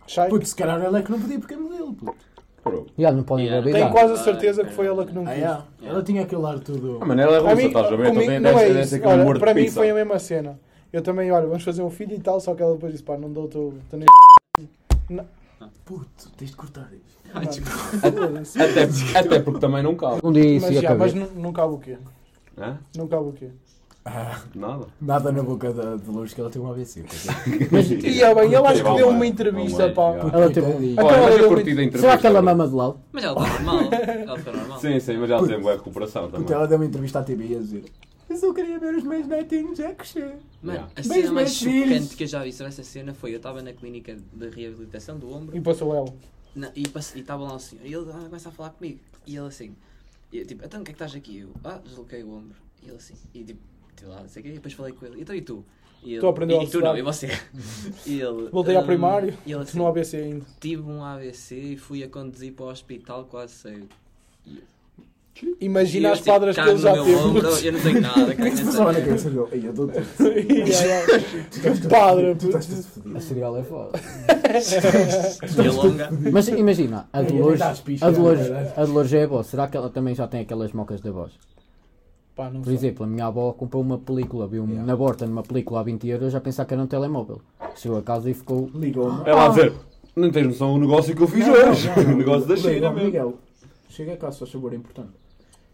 Speaker 3: Shai.
Speaker 6: Puto, se calhar ela é que não podia porque era modelo, puto.
Speaker 4: Pô.
Speaker 2: Já não podem
Speaker 5: Yeah.
Speaker 2: engravidar.
Speaker 3: Tenho quase a certeza que foi ela que não
Speaker 6: Ah,
Speaker 3: quis.
Speaker 6: yeah.
Speaker 5: É.
Speaker 6: Ela tinha aquele ar todo.
Speaker 4: Ah, mano, ela é
Speaker 3: Para
Speaker 4: russa,
Speaker 3: mim,
Speaker 4: estás a ver? Então
Speaker 3: comigo
Speaker 4: tem-
Speaker 3: não
Speaker 4: deve
Speaker 3: é
Speaker 4: ser- deve
Speaker 3: isso.
Speaker 4: ser aquele
Speaker 3: Olha,
Speaker 4: humor
Speaker 3: para
Speaker 4: de
Speaker 3: mim
Speaker 4: pizza.
Speaker 3: foi um- a mesma cena. Eu também, olha, vamos fazer um filho e tal, só que ela depois disse, pá, não dou o teu... teu nem-
Speaker 6: Puto, tens de cortar isso.
Speaker 4: Até, até porque também não cabe.
Speaker 2: Um dia isso
Speaker 3: Mas,
Speaker 2: ia
Speaker 3: já,
Speaker 2: caber.
Speaker 3: mas nu- não cabe o quê?
Speaker 4: Hã?
Speaker 3: Não cabe o quê?
Speaker 4: Nada.
Speaker 6: Nada na boca da de Lourdes que ela tem um AVC. coitada.
Speaker 3: E é bem, ele acho
Speaker 4: Sim,
Speaker 3: que deu
Speaker 4: vá,
Speaker 3: uma
Speaker 4: vai.
Speaker 3: entrevista,
Speaker 4: Não vai,
Speaker 3: pá.
Speaker 4: já.
Speaker 2: Ela teve-
Speaker 6: Coitadinha.
Speaker 4: Olha,
Speaker 3: ela
Speaker 4: mas
Speaker 3: deu
Speaker 4: eu
Speaker 3: uma-
Speaker 4: curti da entrevista.
Speaker 2: Será que ela
Speaker 4: dela.
Speaker 2: mama de lado?
Speaker 5: Mas ela está normal. Ela está normal.
Speaker 4: Sim, sim, mas ela tem boa recuperação também.
Speaker 6: Puto, ela deu uma entrevista à TV a dizer. Eu só queria ver os meus netinhos a crescer.
Speaker 4: Yeah.
Speaker 5: Mano, a
Speaker 6: Beijo,
Speaker 5: cena Assim, é mais
Speaker 6: meus filhos.
Speaker 5: chocante que eu já vi sobre essa cena foi eu estava na clínica de reabilitação do ombro
Speaker 3: E passou ela.
Speaker 5: na- e passe- e estava lá um senhor e ele ah, começa a falar comigo e ele assim, e eu, tipo, então o que é que estás aqui? Eu, ah, desloquei o ombro. E ele assim, e tipo, sei lá, não sei o quê, e depois falei com ele, então e tu? E ele,
Speaker 3: Tu aprendeu
Speaker 5: e,
Speaker 3: a
Speaker 5: e tu
Speaker 3: estudar.
Speaker 5: não, e você? E ele,
Speaker 3: Voltei ao
Speaker 5: "Hum",
Speaker 3: primário,
Speaker 5: e ele
Speaker 3: Tu
Speaker 5: assim,
Speaker 3: não ABC ainda.
Speaker 5: tive um AVC e fui a conduzir para o hospital quase cego. E
Speaker 3: Imagina
Speaker 5: eu,
Speaker 3: as
Speaker 5: tipo,
Speaker 3: quadras que
Speaker 5: cago
Speaker 3: ele já
Speaker 5: no meu ombro,
Speaker 3: teve.
Speaker 5: Eu não tenho nada, cago
Speaker 6: Quem
Speaker 5: nessa
Speaker 6: se
Speaker 3: é
Speaker 6: passava na
Speaker 5: merda.
Speaker 6: cabeça dele? Ei, eu dou tudo.
Speaker 3: Que padre, puto.
Speaker 6: Tu estás tudo fodido.
Speaker 2: A cereal é foda.
Speaker 5: E longa.
Speaker 2: Mas imagina, a Dolores,
Speaker 6: dá as pichas,
Speaker 2: a Dolores,
Speaker 6: não é?
Speaker 2: a Dolores é a avó. Será que ela também já tem aquelas mocas da voz?
Speaker 3: Pá, não
Speaker 2: Por
Speaker 3: sei.
Speaker 2: exemplo, a minha avó comprou uma película, viu um na borda numa película a 20 euros, a pensar que era um telemóvel. Chegou a casa e ficou.
Speaker 6: Ligou-me.
Speaker 3: Ah.
Speaker 4: Ela a É dizer, não tens noção do negócio que eu fiz hoje.
Speaker 3: é um
Speaker 4: O negócio da China,
Speaker 6: Ligou-me,
Speaker 4: mesmo.
Speaker 6: Miguel. Chega cá, se faz favor, é importante.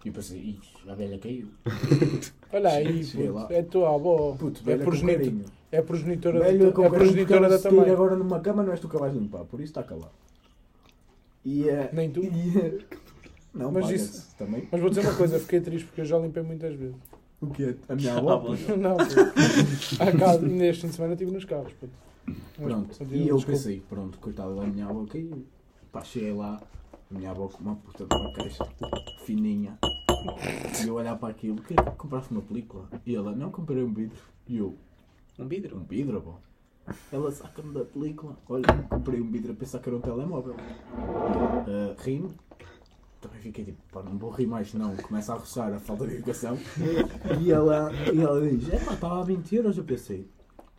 Speaker 6: E eu pensei, ih, a velha caiu.
Speaker 3: Olha aí,
Speaker 6: Sei lá.
Speaker 3: puto. É tua avó.
Speaker 6: Puto,
Speaker 3: é,
Speaker 6: velha com
Speaker 3: progenitor,
Speaker 6: carinho.
Speaker 3: é progenitora
Speaker 6: Velho,
Speaker 3: da,
Speaker 6: com
Speaker 3: é
Speaker 6: carinho, porque ela
Speaker 3: progenitora da
Speaker 6: se tira
Speaker 3: também.
Speaker 6: agora numa cama, não és tu que a vais limpar. Por isso está calado. E eh,
Speaker 3: Nem tu.
Speaker 6: e, eh, Não,
Speaker 3: Mas
Speaker 6: mas
Speaker 3: isso-
Speaker 6: isso também.
Speaker 3: Mas vou dizer uma coisa, fiquei triste porque eu já limpei muitas vezes.
Speaker 6: O quê? A minha
Speaker 3: Ah,
Speaker 6: avó? puto?
Speaker 3: Não, puto. Há casos- neste fim de semana estive nos carros, puto. Mas,
Speaker 6: Pronto,
Speaker 3: continua,
Speaker 6: e eu
Speaker 3: desculpa.
Speaker 6: pensei, pronto, coitada da minha avó caiu. Pá, cheguei lá, a minha avó com uma puta de uma caixa fininha. E eu olhar para aquilo, queria que comprasse uma película. E ela, não, comprei um vidro. E eu,
Speaker 5: Um
Speaker 6: um
Speaker 5: vidro.
Speaker 6: vidro, avó? Ela saca-me da película. Olha, comprei um vidro a pensar que era um telemóvel. Ah, Ri-me. Também fiquei tipo, pá, não vou rir mais, não. Começa a roçar a falta de educação. E ela, e ela diz, é pá, estava a 20 euros. Eu pensei,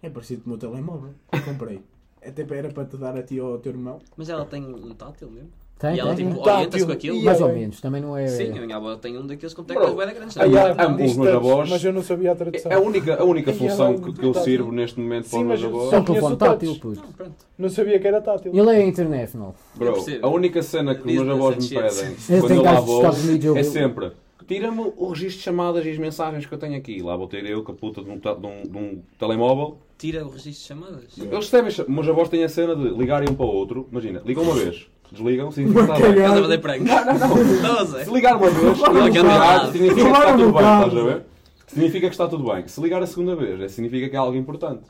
Speaker 6: é parecido com o meu telemóvel. Comprei. Até era para te dar a ti ou ao teu irmão.
Speaker 5: Mas ela tem um tátil mesmo.
Speaker 2: Tem,
Speaker 5: e ela
Speaker 2: tem,
Speaker 5: tipo
Speaker 3: tátil.
Speaker 5: orienta-se com aquilo.
Speaker 3: E
Speaker 2: Mais ou
Speaker 3: bem.
Speaker 2: menos, também não é.
Speaker 5: Sim, a minha avó tem um daqueles com teclas bué da grandes.
Speaker 4: Ah,
Speaker 5: não é?
Speaker 4: yeah. ambos
Speaker 3: disse
Speaker 4: os meus
Speaker 3: tantos,
Speaker 4: avós-
Speaker 3: Mas eu não sabia a tradução.
Speaker 4: É a única, a única
Speaker 3: E
Speaker 4: solução
Speaker 3: ela- é
Speaker 4: que, que eu sirvo neste momento para
Speaker 3: Sim,
Speaker 4: os meus
Speaker 3: mas eu-
Speaker 4: avós.
Speaker 2: É um
Speaker 3: Só conheço
Speaker 2: telefone tátil,
Speaker 3: todos.
Speaker 2: puto.
Speaker 5: Não, pronto.
Speaker 3: Não sabia que era tátil.
Speaker 2: Ele é international.
Speaker 4: Bro,
Speaker 5: percebo.
Speaker 4: a única cena que os meus
Speaker 5: Business
Speaker 4: avós
Speaker 5: and
Speaker 4: me
Speaker 5: shit.
Speaker 4: pedem
Speaker 2: Eu
Speaker 4: quando
Speaker 2: tenho
Speaker 4: eu lá
Speaker 2: gajos dos
Speaker 4: vou
Speaker 2: Estados Unidos, eu-
Speaker 4: é sempre tira-me o registro de chamadas e as mensagens que eu tenho aqui. Lá vou ter eu com a puta de um, ta- de um- de um telemóvel.
Speaker 5: Tira o registro de chamadas.
Speaker 4: Eles recebem, os meus avós têm a cena de ligarem um para o outro. Imagina, ligam uma vez, desligam, significa que está bem.
Speaker 5: Estás a fazer prank. Não, não, não. Não sei.
Speaker 4: Se ligar uma vez,
Speaker 5: não
Speaker 3: é
Speaker 5: quero
Speaker 4: ligar,
Speaker 5: nada.
Speaker 4: significa que está
Speaker 6: Claro,
Speaker 4: tudo bem,
Speaker 6: não.
Speaker 4: estás a ver? Significa que está tudo bem. Se ligar a segunda vez, é, significa que é algo importante.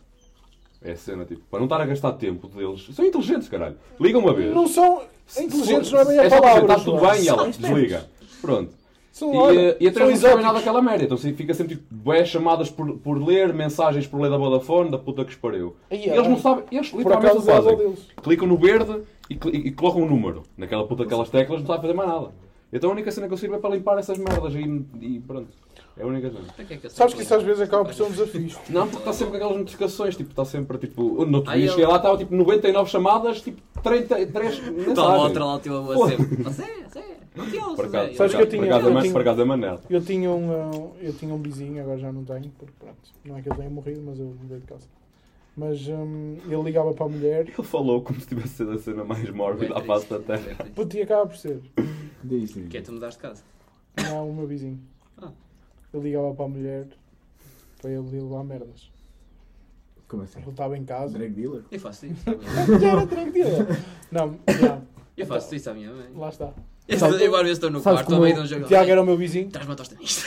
Speaker 4: É a cena, tipo, para não estar a gastar tempo deles. São inteligentes, caralho. Ligam uma vez.
Speaker 3: Não são inteligentes, não é bem a
Speaker 4: só dizer,
Speaker 3: palavra.
Speaker 4: Está tudo
Speaker 3: João.
Speaker 4: bem e ela desliga. Pronto.
Speaker 3: São,
Speaker 4: E,
Speaker 3: olha,
Speaker 4: eh, e a
Speaker 3: são
Speaker 4: três não sabe nada
Speaker 3: exóticos.
Speaker 4: daquela merda. Então assim, fica sempre tipo, bué chamadas por, por ler, mensagens por ler da Vodafone, da puta que os pariu.
Speaker 3: Ai,
Speaker 4: E eles não
Speaker 3: ai.
Speaker 4: sabem, eles literalmente
Speaker 3: é. acaso, é
Speaker 4: não fazem.
Speaker 3: eles odeiam-se.
Speaker 4: Clicam no verde e, cli- e colocam um número. Naquela puta, aquelas teclas, não sabem fazer mais nada. Então a única cena que eu sirvo é para limpar essas merdas e, e pronto. É a única cena.
Speaker 5: Para que é que eu sei
Speaker 3: Sabes que isso às
Speaker 5: fazer?
Speaker 3: vezes acaba por ser um desafio.
Speaker 4: Não, porque está sempre com aquelas notificações, tipo, está sempre tipo. No outro
Speaker 5: Ai,
Speaker 4: dia
Speaker 5: eu-
Speaker 4: cheguei lá, estava tipo 99 chamadas, tipo 33 mensagens.
Speaker 5: Toma outra lá, teu avô sempre. Você, você. Não te ouço,
Speaker 4: Por acaso,
Speaker 5: Zé.
Speaker 3: Sabes
Speaker 4: por
Speaker 3: que eu
Speaker 4: acaso,
Speaker 3: tinha-
Speaker 4: por acaso,
Speaker 3: eu
Speaker 4: é mais-
Speaker 3: tinha-
Speaker 4: por acaso é Manel.
Speaker 3: Eu tinha um, eh, eu tinha um vizinho, agora já não tenho, porque pronto, não é que ele tenha morrido, mas eu mudei de casa. Mas hum, ele ligava para a mulher,
Speaker 4: Ele falou como se tivesse sido a cena mais mórbida à
Speaker 5: Bem
Speaker 4: face da
Speaker 5: é triste,
Speaker 4: Terra.
Speaker 5: bem triste.
Speaker 3: puto, e acaba por ser,
Speaker 6: Diz,
Speaker 5: Que é
Speaker 6: diz.
Speaker 5: tu mudaste de casa.
Speaker 3: não é o meu vizinho.
Speaker 5: Ah.
Speaker 3: Ele ligava para a mulher para ele ir levar merdas.
Speaker 6: Como assim?
Speaker 3: Ele estava em casa.
Speaker 6: Drag dealer?
Speaker 5: Eu faço isso. à minha mãe.
Speaker 3: Já era tranquilo. Não, já,
Speaker 5: Eu faço isso à minha mãe.
Speaker 3: lá está.
Speaker 5: Eu estou- eu agora estou no
Speaker 2: Sabes
Speaker 5: quarto,
Speaker 2: como
Speaker 5: a meio
Speaker 2: o
Speaker 5: de um jogo.
Speaker 3: O Tiago era o meu vizinho.
Speaker 5: Estás-me a tosta nisto.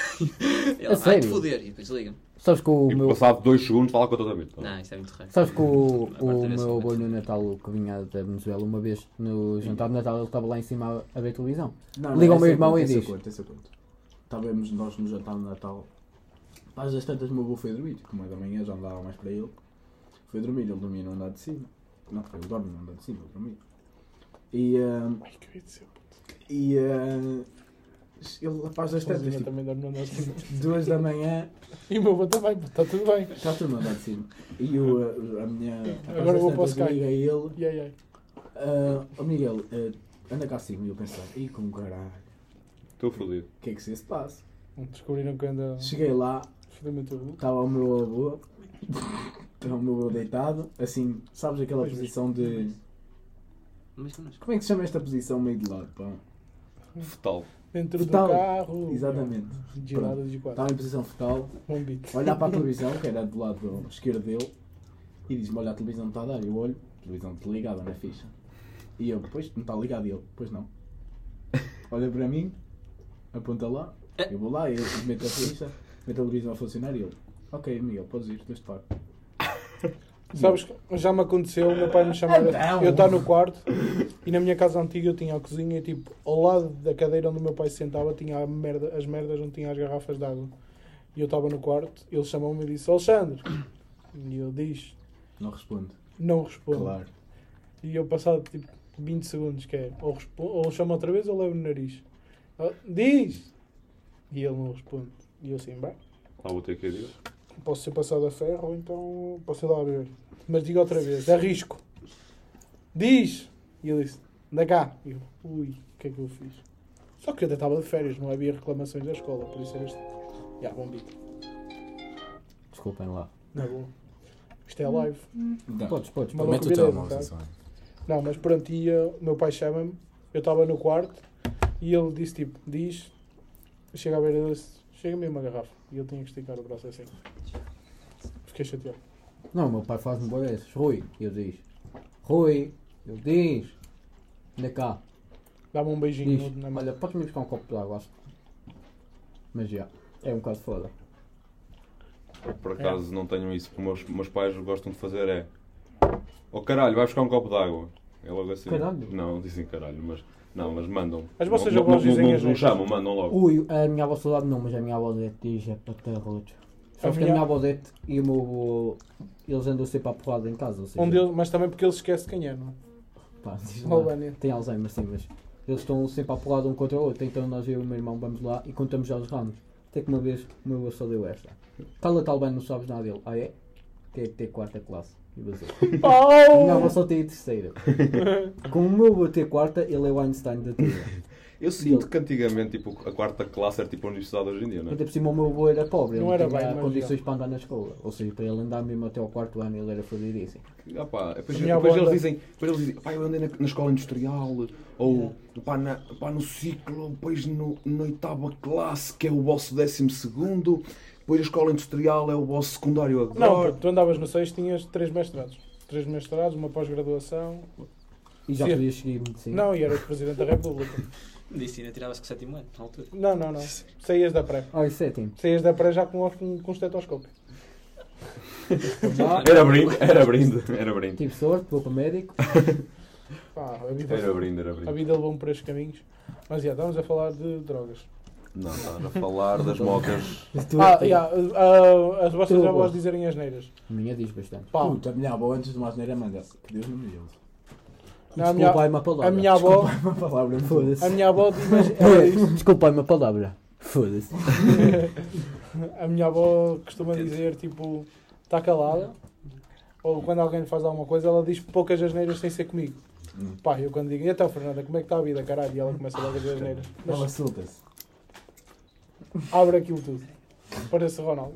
Speaker 5: Ele
Speaker 2: A
Speaker 5: vai te
Speaker 2: sério?
Speaker 5: foder. E depois liga-me.
Speaker 2: Sabes que o
Speaker 4: E
Speaker 2: meu.
Speaker 4: passado dois segundos fala com toda a mente.
Speaker 5: Não, isso é muito raro.
Speaker 2: Sabes que o,
Speaker 5: Vai
Speaker 2: o
Speaker 5: bater esse
Speaker 2: meu avô
Speaker 5: momento.
Speaker 2: no Natal que vinha da Venezuela uma vez no jantar de Natal ele estava lá em cima a- a ver televisão.
Speaker 6: Não, é
Speaker 2: Liga ao
Speaker 6: essa
Speaker 2: meu irmão
Speaker 6: conta,
Speaker 2: e
Speaker 6: essa
Speaker 2: diz.
Speaker 6: conta, essa conta. Estávamos nós no jantar de Natal. Pás das tantas, o meu avô foi dormir. Como é da manhã, já não dava mais para ele. Foi dormir, ele dormia no andar de cima. Não, ele dorme no andar de cima, ele dormia. E, ah,
Speaker 3: Ai, que querido seu.
Speaker 6: e ah, ele, após
Speaker 3: Mas
Speaker 6: das tantas,
Speaker 3: eu
Speaker 6: tipo,
Speaker 3: também dorme no nosso vizinho.
Speaker 6: duas da manhã,
Speaker 3: E o meu avô também, puto, está tudo bem.
Speaker 6: está tudo no andar de cima. E o, ah, a minha.
Speaker 3: Agora vou para o
Speaker 6: eu
Speaker 3: Sky.
Speaker 6: ligo a ele.
Speaker 3: E aí, aí.
Speaker 6: Ah, "Ó Miguel, ah, anda cá acima. E eu pensava, ih, como caralho,
Speaker 4: Estou fodido.
Speaker 6: o que é que se passa?
Speaker 3: Descobriram que anda.
Speaker 6: Cheguei lá,
Speaker 3: Fudamente o
Speaker 6: Estava Tá o meu avô. Estava o meu avô deitado. Assim, sabes aquela
Speaker 3: Pois, é. mas-
Speaker 6: posição de.
Speaker 5: Mas connosco.
Speaker 6: Como é que se chama esta posição meio de lado? Pá?
Speaker 4: Fetal.
Speaker 3: Dentro do
Speaker 6: Fetal.
Speaker 3: carro.
Speaker 6: Exatamente.
Speaker 3: Giradas de quatro.
Speaker 6: Estava em posição fetal.
Speaker 3: Bom beat.
Speaker 6: Olhar para a televisão, que era do lado esquerdo dele. E diz-me: Olha, a televisão está a dar. Eu olho, televisão desligada na ficha. E eu, pois, não está ligado. E ele, pois não. Olha para mim, aponta lá. Eu vou lá, eu meto a ficha. a televisão a funcionar e ele, ok, Miguel, podes ir, deste par.
Speaker 3: Sabes, que já me aconteceu o meu pai me chamar. eu estar no quarto e na minha casa antiga eu tinha a cozinha e tipo, ao lado da cadeira onde o meu pai se sentava tinha a merda, as merdas onde tinha as garrafas de água. E eu estava no quarto, ele chamou-me e disse, Alexandre. E eu disse,
Speaker 6: Não responde.
Speaker 3: não respondo.
Speaker 6: Claro.
Speaker 3: E eu passado tipo 20 segundos, que é, ou, respo- ou chama outra vez ou levo no nariz. Ah, Diz! E ele não responde. E eu assim, bem,
Speaker 4: Lá vou ter que é ir.
Speaker 3: posso ser passado a ferro ou então posso ir lá ver. Mas digo outra vez, arrisco. Diz! E ele disse, anda cá. E eu, ui, o que é que eu fiz? Só que eu até estava de férias, não havia reclamações da escola, por isso era este. Já, bom beat.
Speaker 2: Desculpem lá.
Speaker 3: Na boa. Isto é live.
Speaker 2: Podes, podes.
Speaker 3: Mas-
Speaker 2: podes.
Speaker 3: Mete o telemóvel, Não, mas pronto, e uh, o meu pai chama-me, eu estava no quarto e ele disse tipo, diz, chega à beira dele, chega-me uma garrafa. E ele tinha que esticar o braço assim. Fiquei chateado.
Speaker 2: Não, meu pai faz-me boa desses. Rui, eu diz. Rui, eu diz. Anda cá.
Speaker 3: Dá-me um beijinho
Speaker 2: Diz.
Speaker 3: no- na mão.
Speaker 2: Olha, podes-me buscar um copo de água, acho. Mas já. É um bocado foda.
Speaker 4: Por acaso não tenham isso, porque meus, meus pais gostam de fazer é. Oh caralho, vai buscar um copo de água. É logo assim.
Speaker 2: Caralho.
Speaker 4: Não, dizem caralho, mas. Não, mas mandam.
Speaker 3: Mas vocês
Speaker 4: não, não,
Speaker 3: avós
Speaker 4: não,
Speaker 3: dizem
Speaker 4: não,
Speaker 3: as
Speaker 4: não
Speaker 3: vezes.
Speaker 4: chamam, mandam logo.
Speaker 2: Ui, a minha avó saudade não, mas a minha avó Odete diz é patarrudos. Só
Speaker 3: A
Speaker 2: que a
Speaker 3: minha-
Speaker 2: minha avó Odete e o meu. Eles andam sempre à porrada em casa, ou seja.
Speaker 3: Um deles, mas também porque ele se esquece quem é, não é?
Speaker 2: Pá, diz
Speaker 3: O
Speaker 2: lá.
Speaker 3: Albânia.
Speaker 2: Tem Alzheimer, sim, mas eles estão sempre a pular um contra o outro. Então nós, eu e o meu irmão, vamos lá e contamos já os ramos. Até que uma vez o meu avô só deu esta. Cala-te, Albano, não sabes nada dele. Ah, é? Tem que ter quarta classe. E você?
Speaker 3: Oh!
Speaker 2: A minha avó só tem a terceira. Como o meu avô tem quarta, ele é o Einstein da turma.
Speaker 4: Eu sinto que antigamente tipo, a quarta classe era tipo a universidade hoje em dia, não é?
Speaker 2: Até por cima, o meu avô era pobre. Ele
Speaker 3: Não
Speaker 2: não
Speaker 3: era
Speaker 2: tinha
Speaker 3: bem, mas
Speaker 2: condições
Speaker 3: já.
Speaker 2: para andar na escola. Ou seja, para ele andar mesmo até ao quarto ano, ele era fodidíssimo.
Speaker 4: Ah, pá, depois,
Speaker 3: A minha
Speaker 4: depois
Speaker 3: avó
Speaker 4: eles
Speaker 3: anda-
Speaker 4: dizem, depois eles dizem, pá, eu andei na, na escola industrial, ou pá, na, pá, no ciclo, depois no, na oitava classe, que é o vosso décimo segundo, depois a escola industrial é o vosso secundário
Speaker 3: Não,
Speaker 4: agora.
Speaker 3: porque tu andavas no 6 tinhas três mestrados. Três mestrados, uma pós-graduação.
Speaker 2: E já
Speaker 3: Sim.
Speaker 2: podias seguir medicina.
Speaker 3: Não, e eras Presidente da República.
Speaker 5: Medicina tiravas com o sétimo ano, na altura.
Speaker 3: Não, não, não. Saías da pré.
Speaker 2: Olha, sétimo.
Speaker 3: Saías da pré já com, um, com, com estetoscópio.
Speaker 2: Já,
Speaker 4: Era brinde, era brinde, era brinde.
Speaker 2: tive sorte, vou para o médico.
Speaker 3: Ah, Pá, a vida,
Speaker 4: Era brinde, era
Speaker 3: a
Speaker 4: brinde.
Speaker 3: vida levou-me por estes caminhos. Mas já, estávamos a falar de drogas.
Speaker 4: Não, estás a falar das mocas.
Speaker 3: Ah, yeah, ah, ah, as vossas
Speaker 2: Tudo.
Speaker 3: avós dizerem as neiras.
Speaker 2: A minha diz bastante.
Speaker 3: Pá,
Speaker 6: Puta, a minha avó antes de mais neira manda. Que Deus não me ajude.
Speaker 3: não, a, minha,
Speaker 2: Desculpa aí uma palavra.
Speaker 3: a minha avó,
Speaker 6: Uma palavra foda-se.
Speaker 2: Foda-se.
Speaker 3: a minha avó diz, mas ela diz-
Speaker 2: Desculpa uma palavra. Foda-se.
Speaker 3: a minha avó costuma dizer tipo, está calada. Ou quando alguém lhe faz alguma coisa, ela diz poucas asneiras sem ser comigo.
Speaker 4: Hum.
Speaker 3: Pá, eu quando digo, e então Fernanda, como é que está a vida, caralho? E ela começa logo a dizer asneiras.
Speaker 6: Ela
Speaker 3: Mas
Speaker 6: assulta-se.
Speaker 3: abre aquilo tudo. Parece o Ronaldo.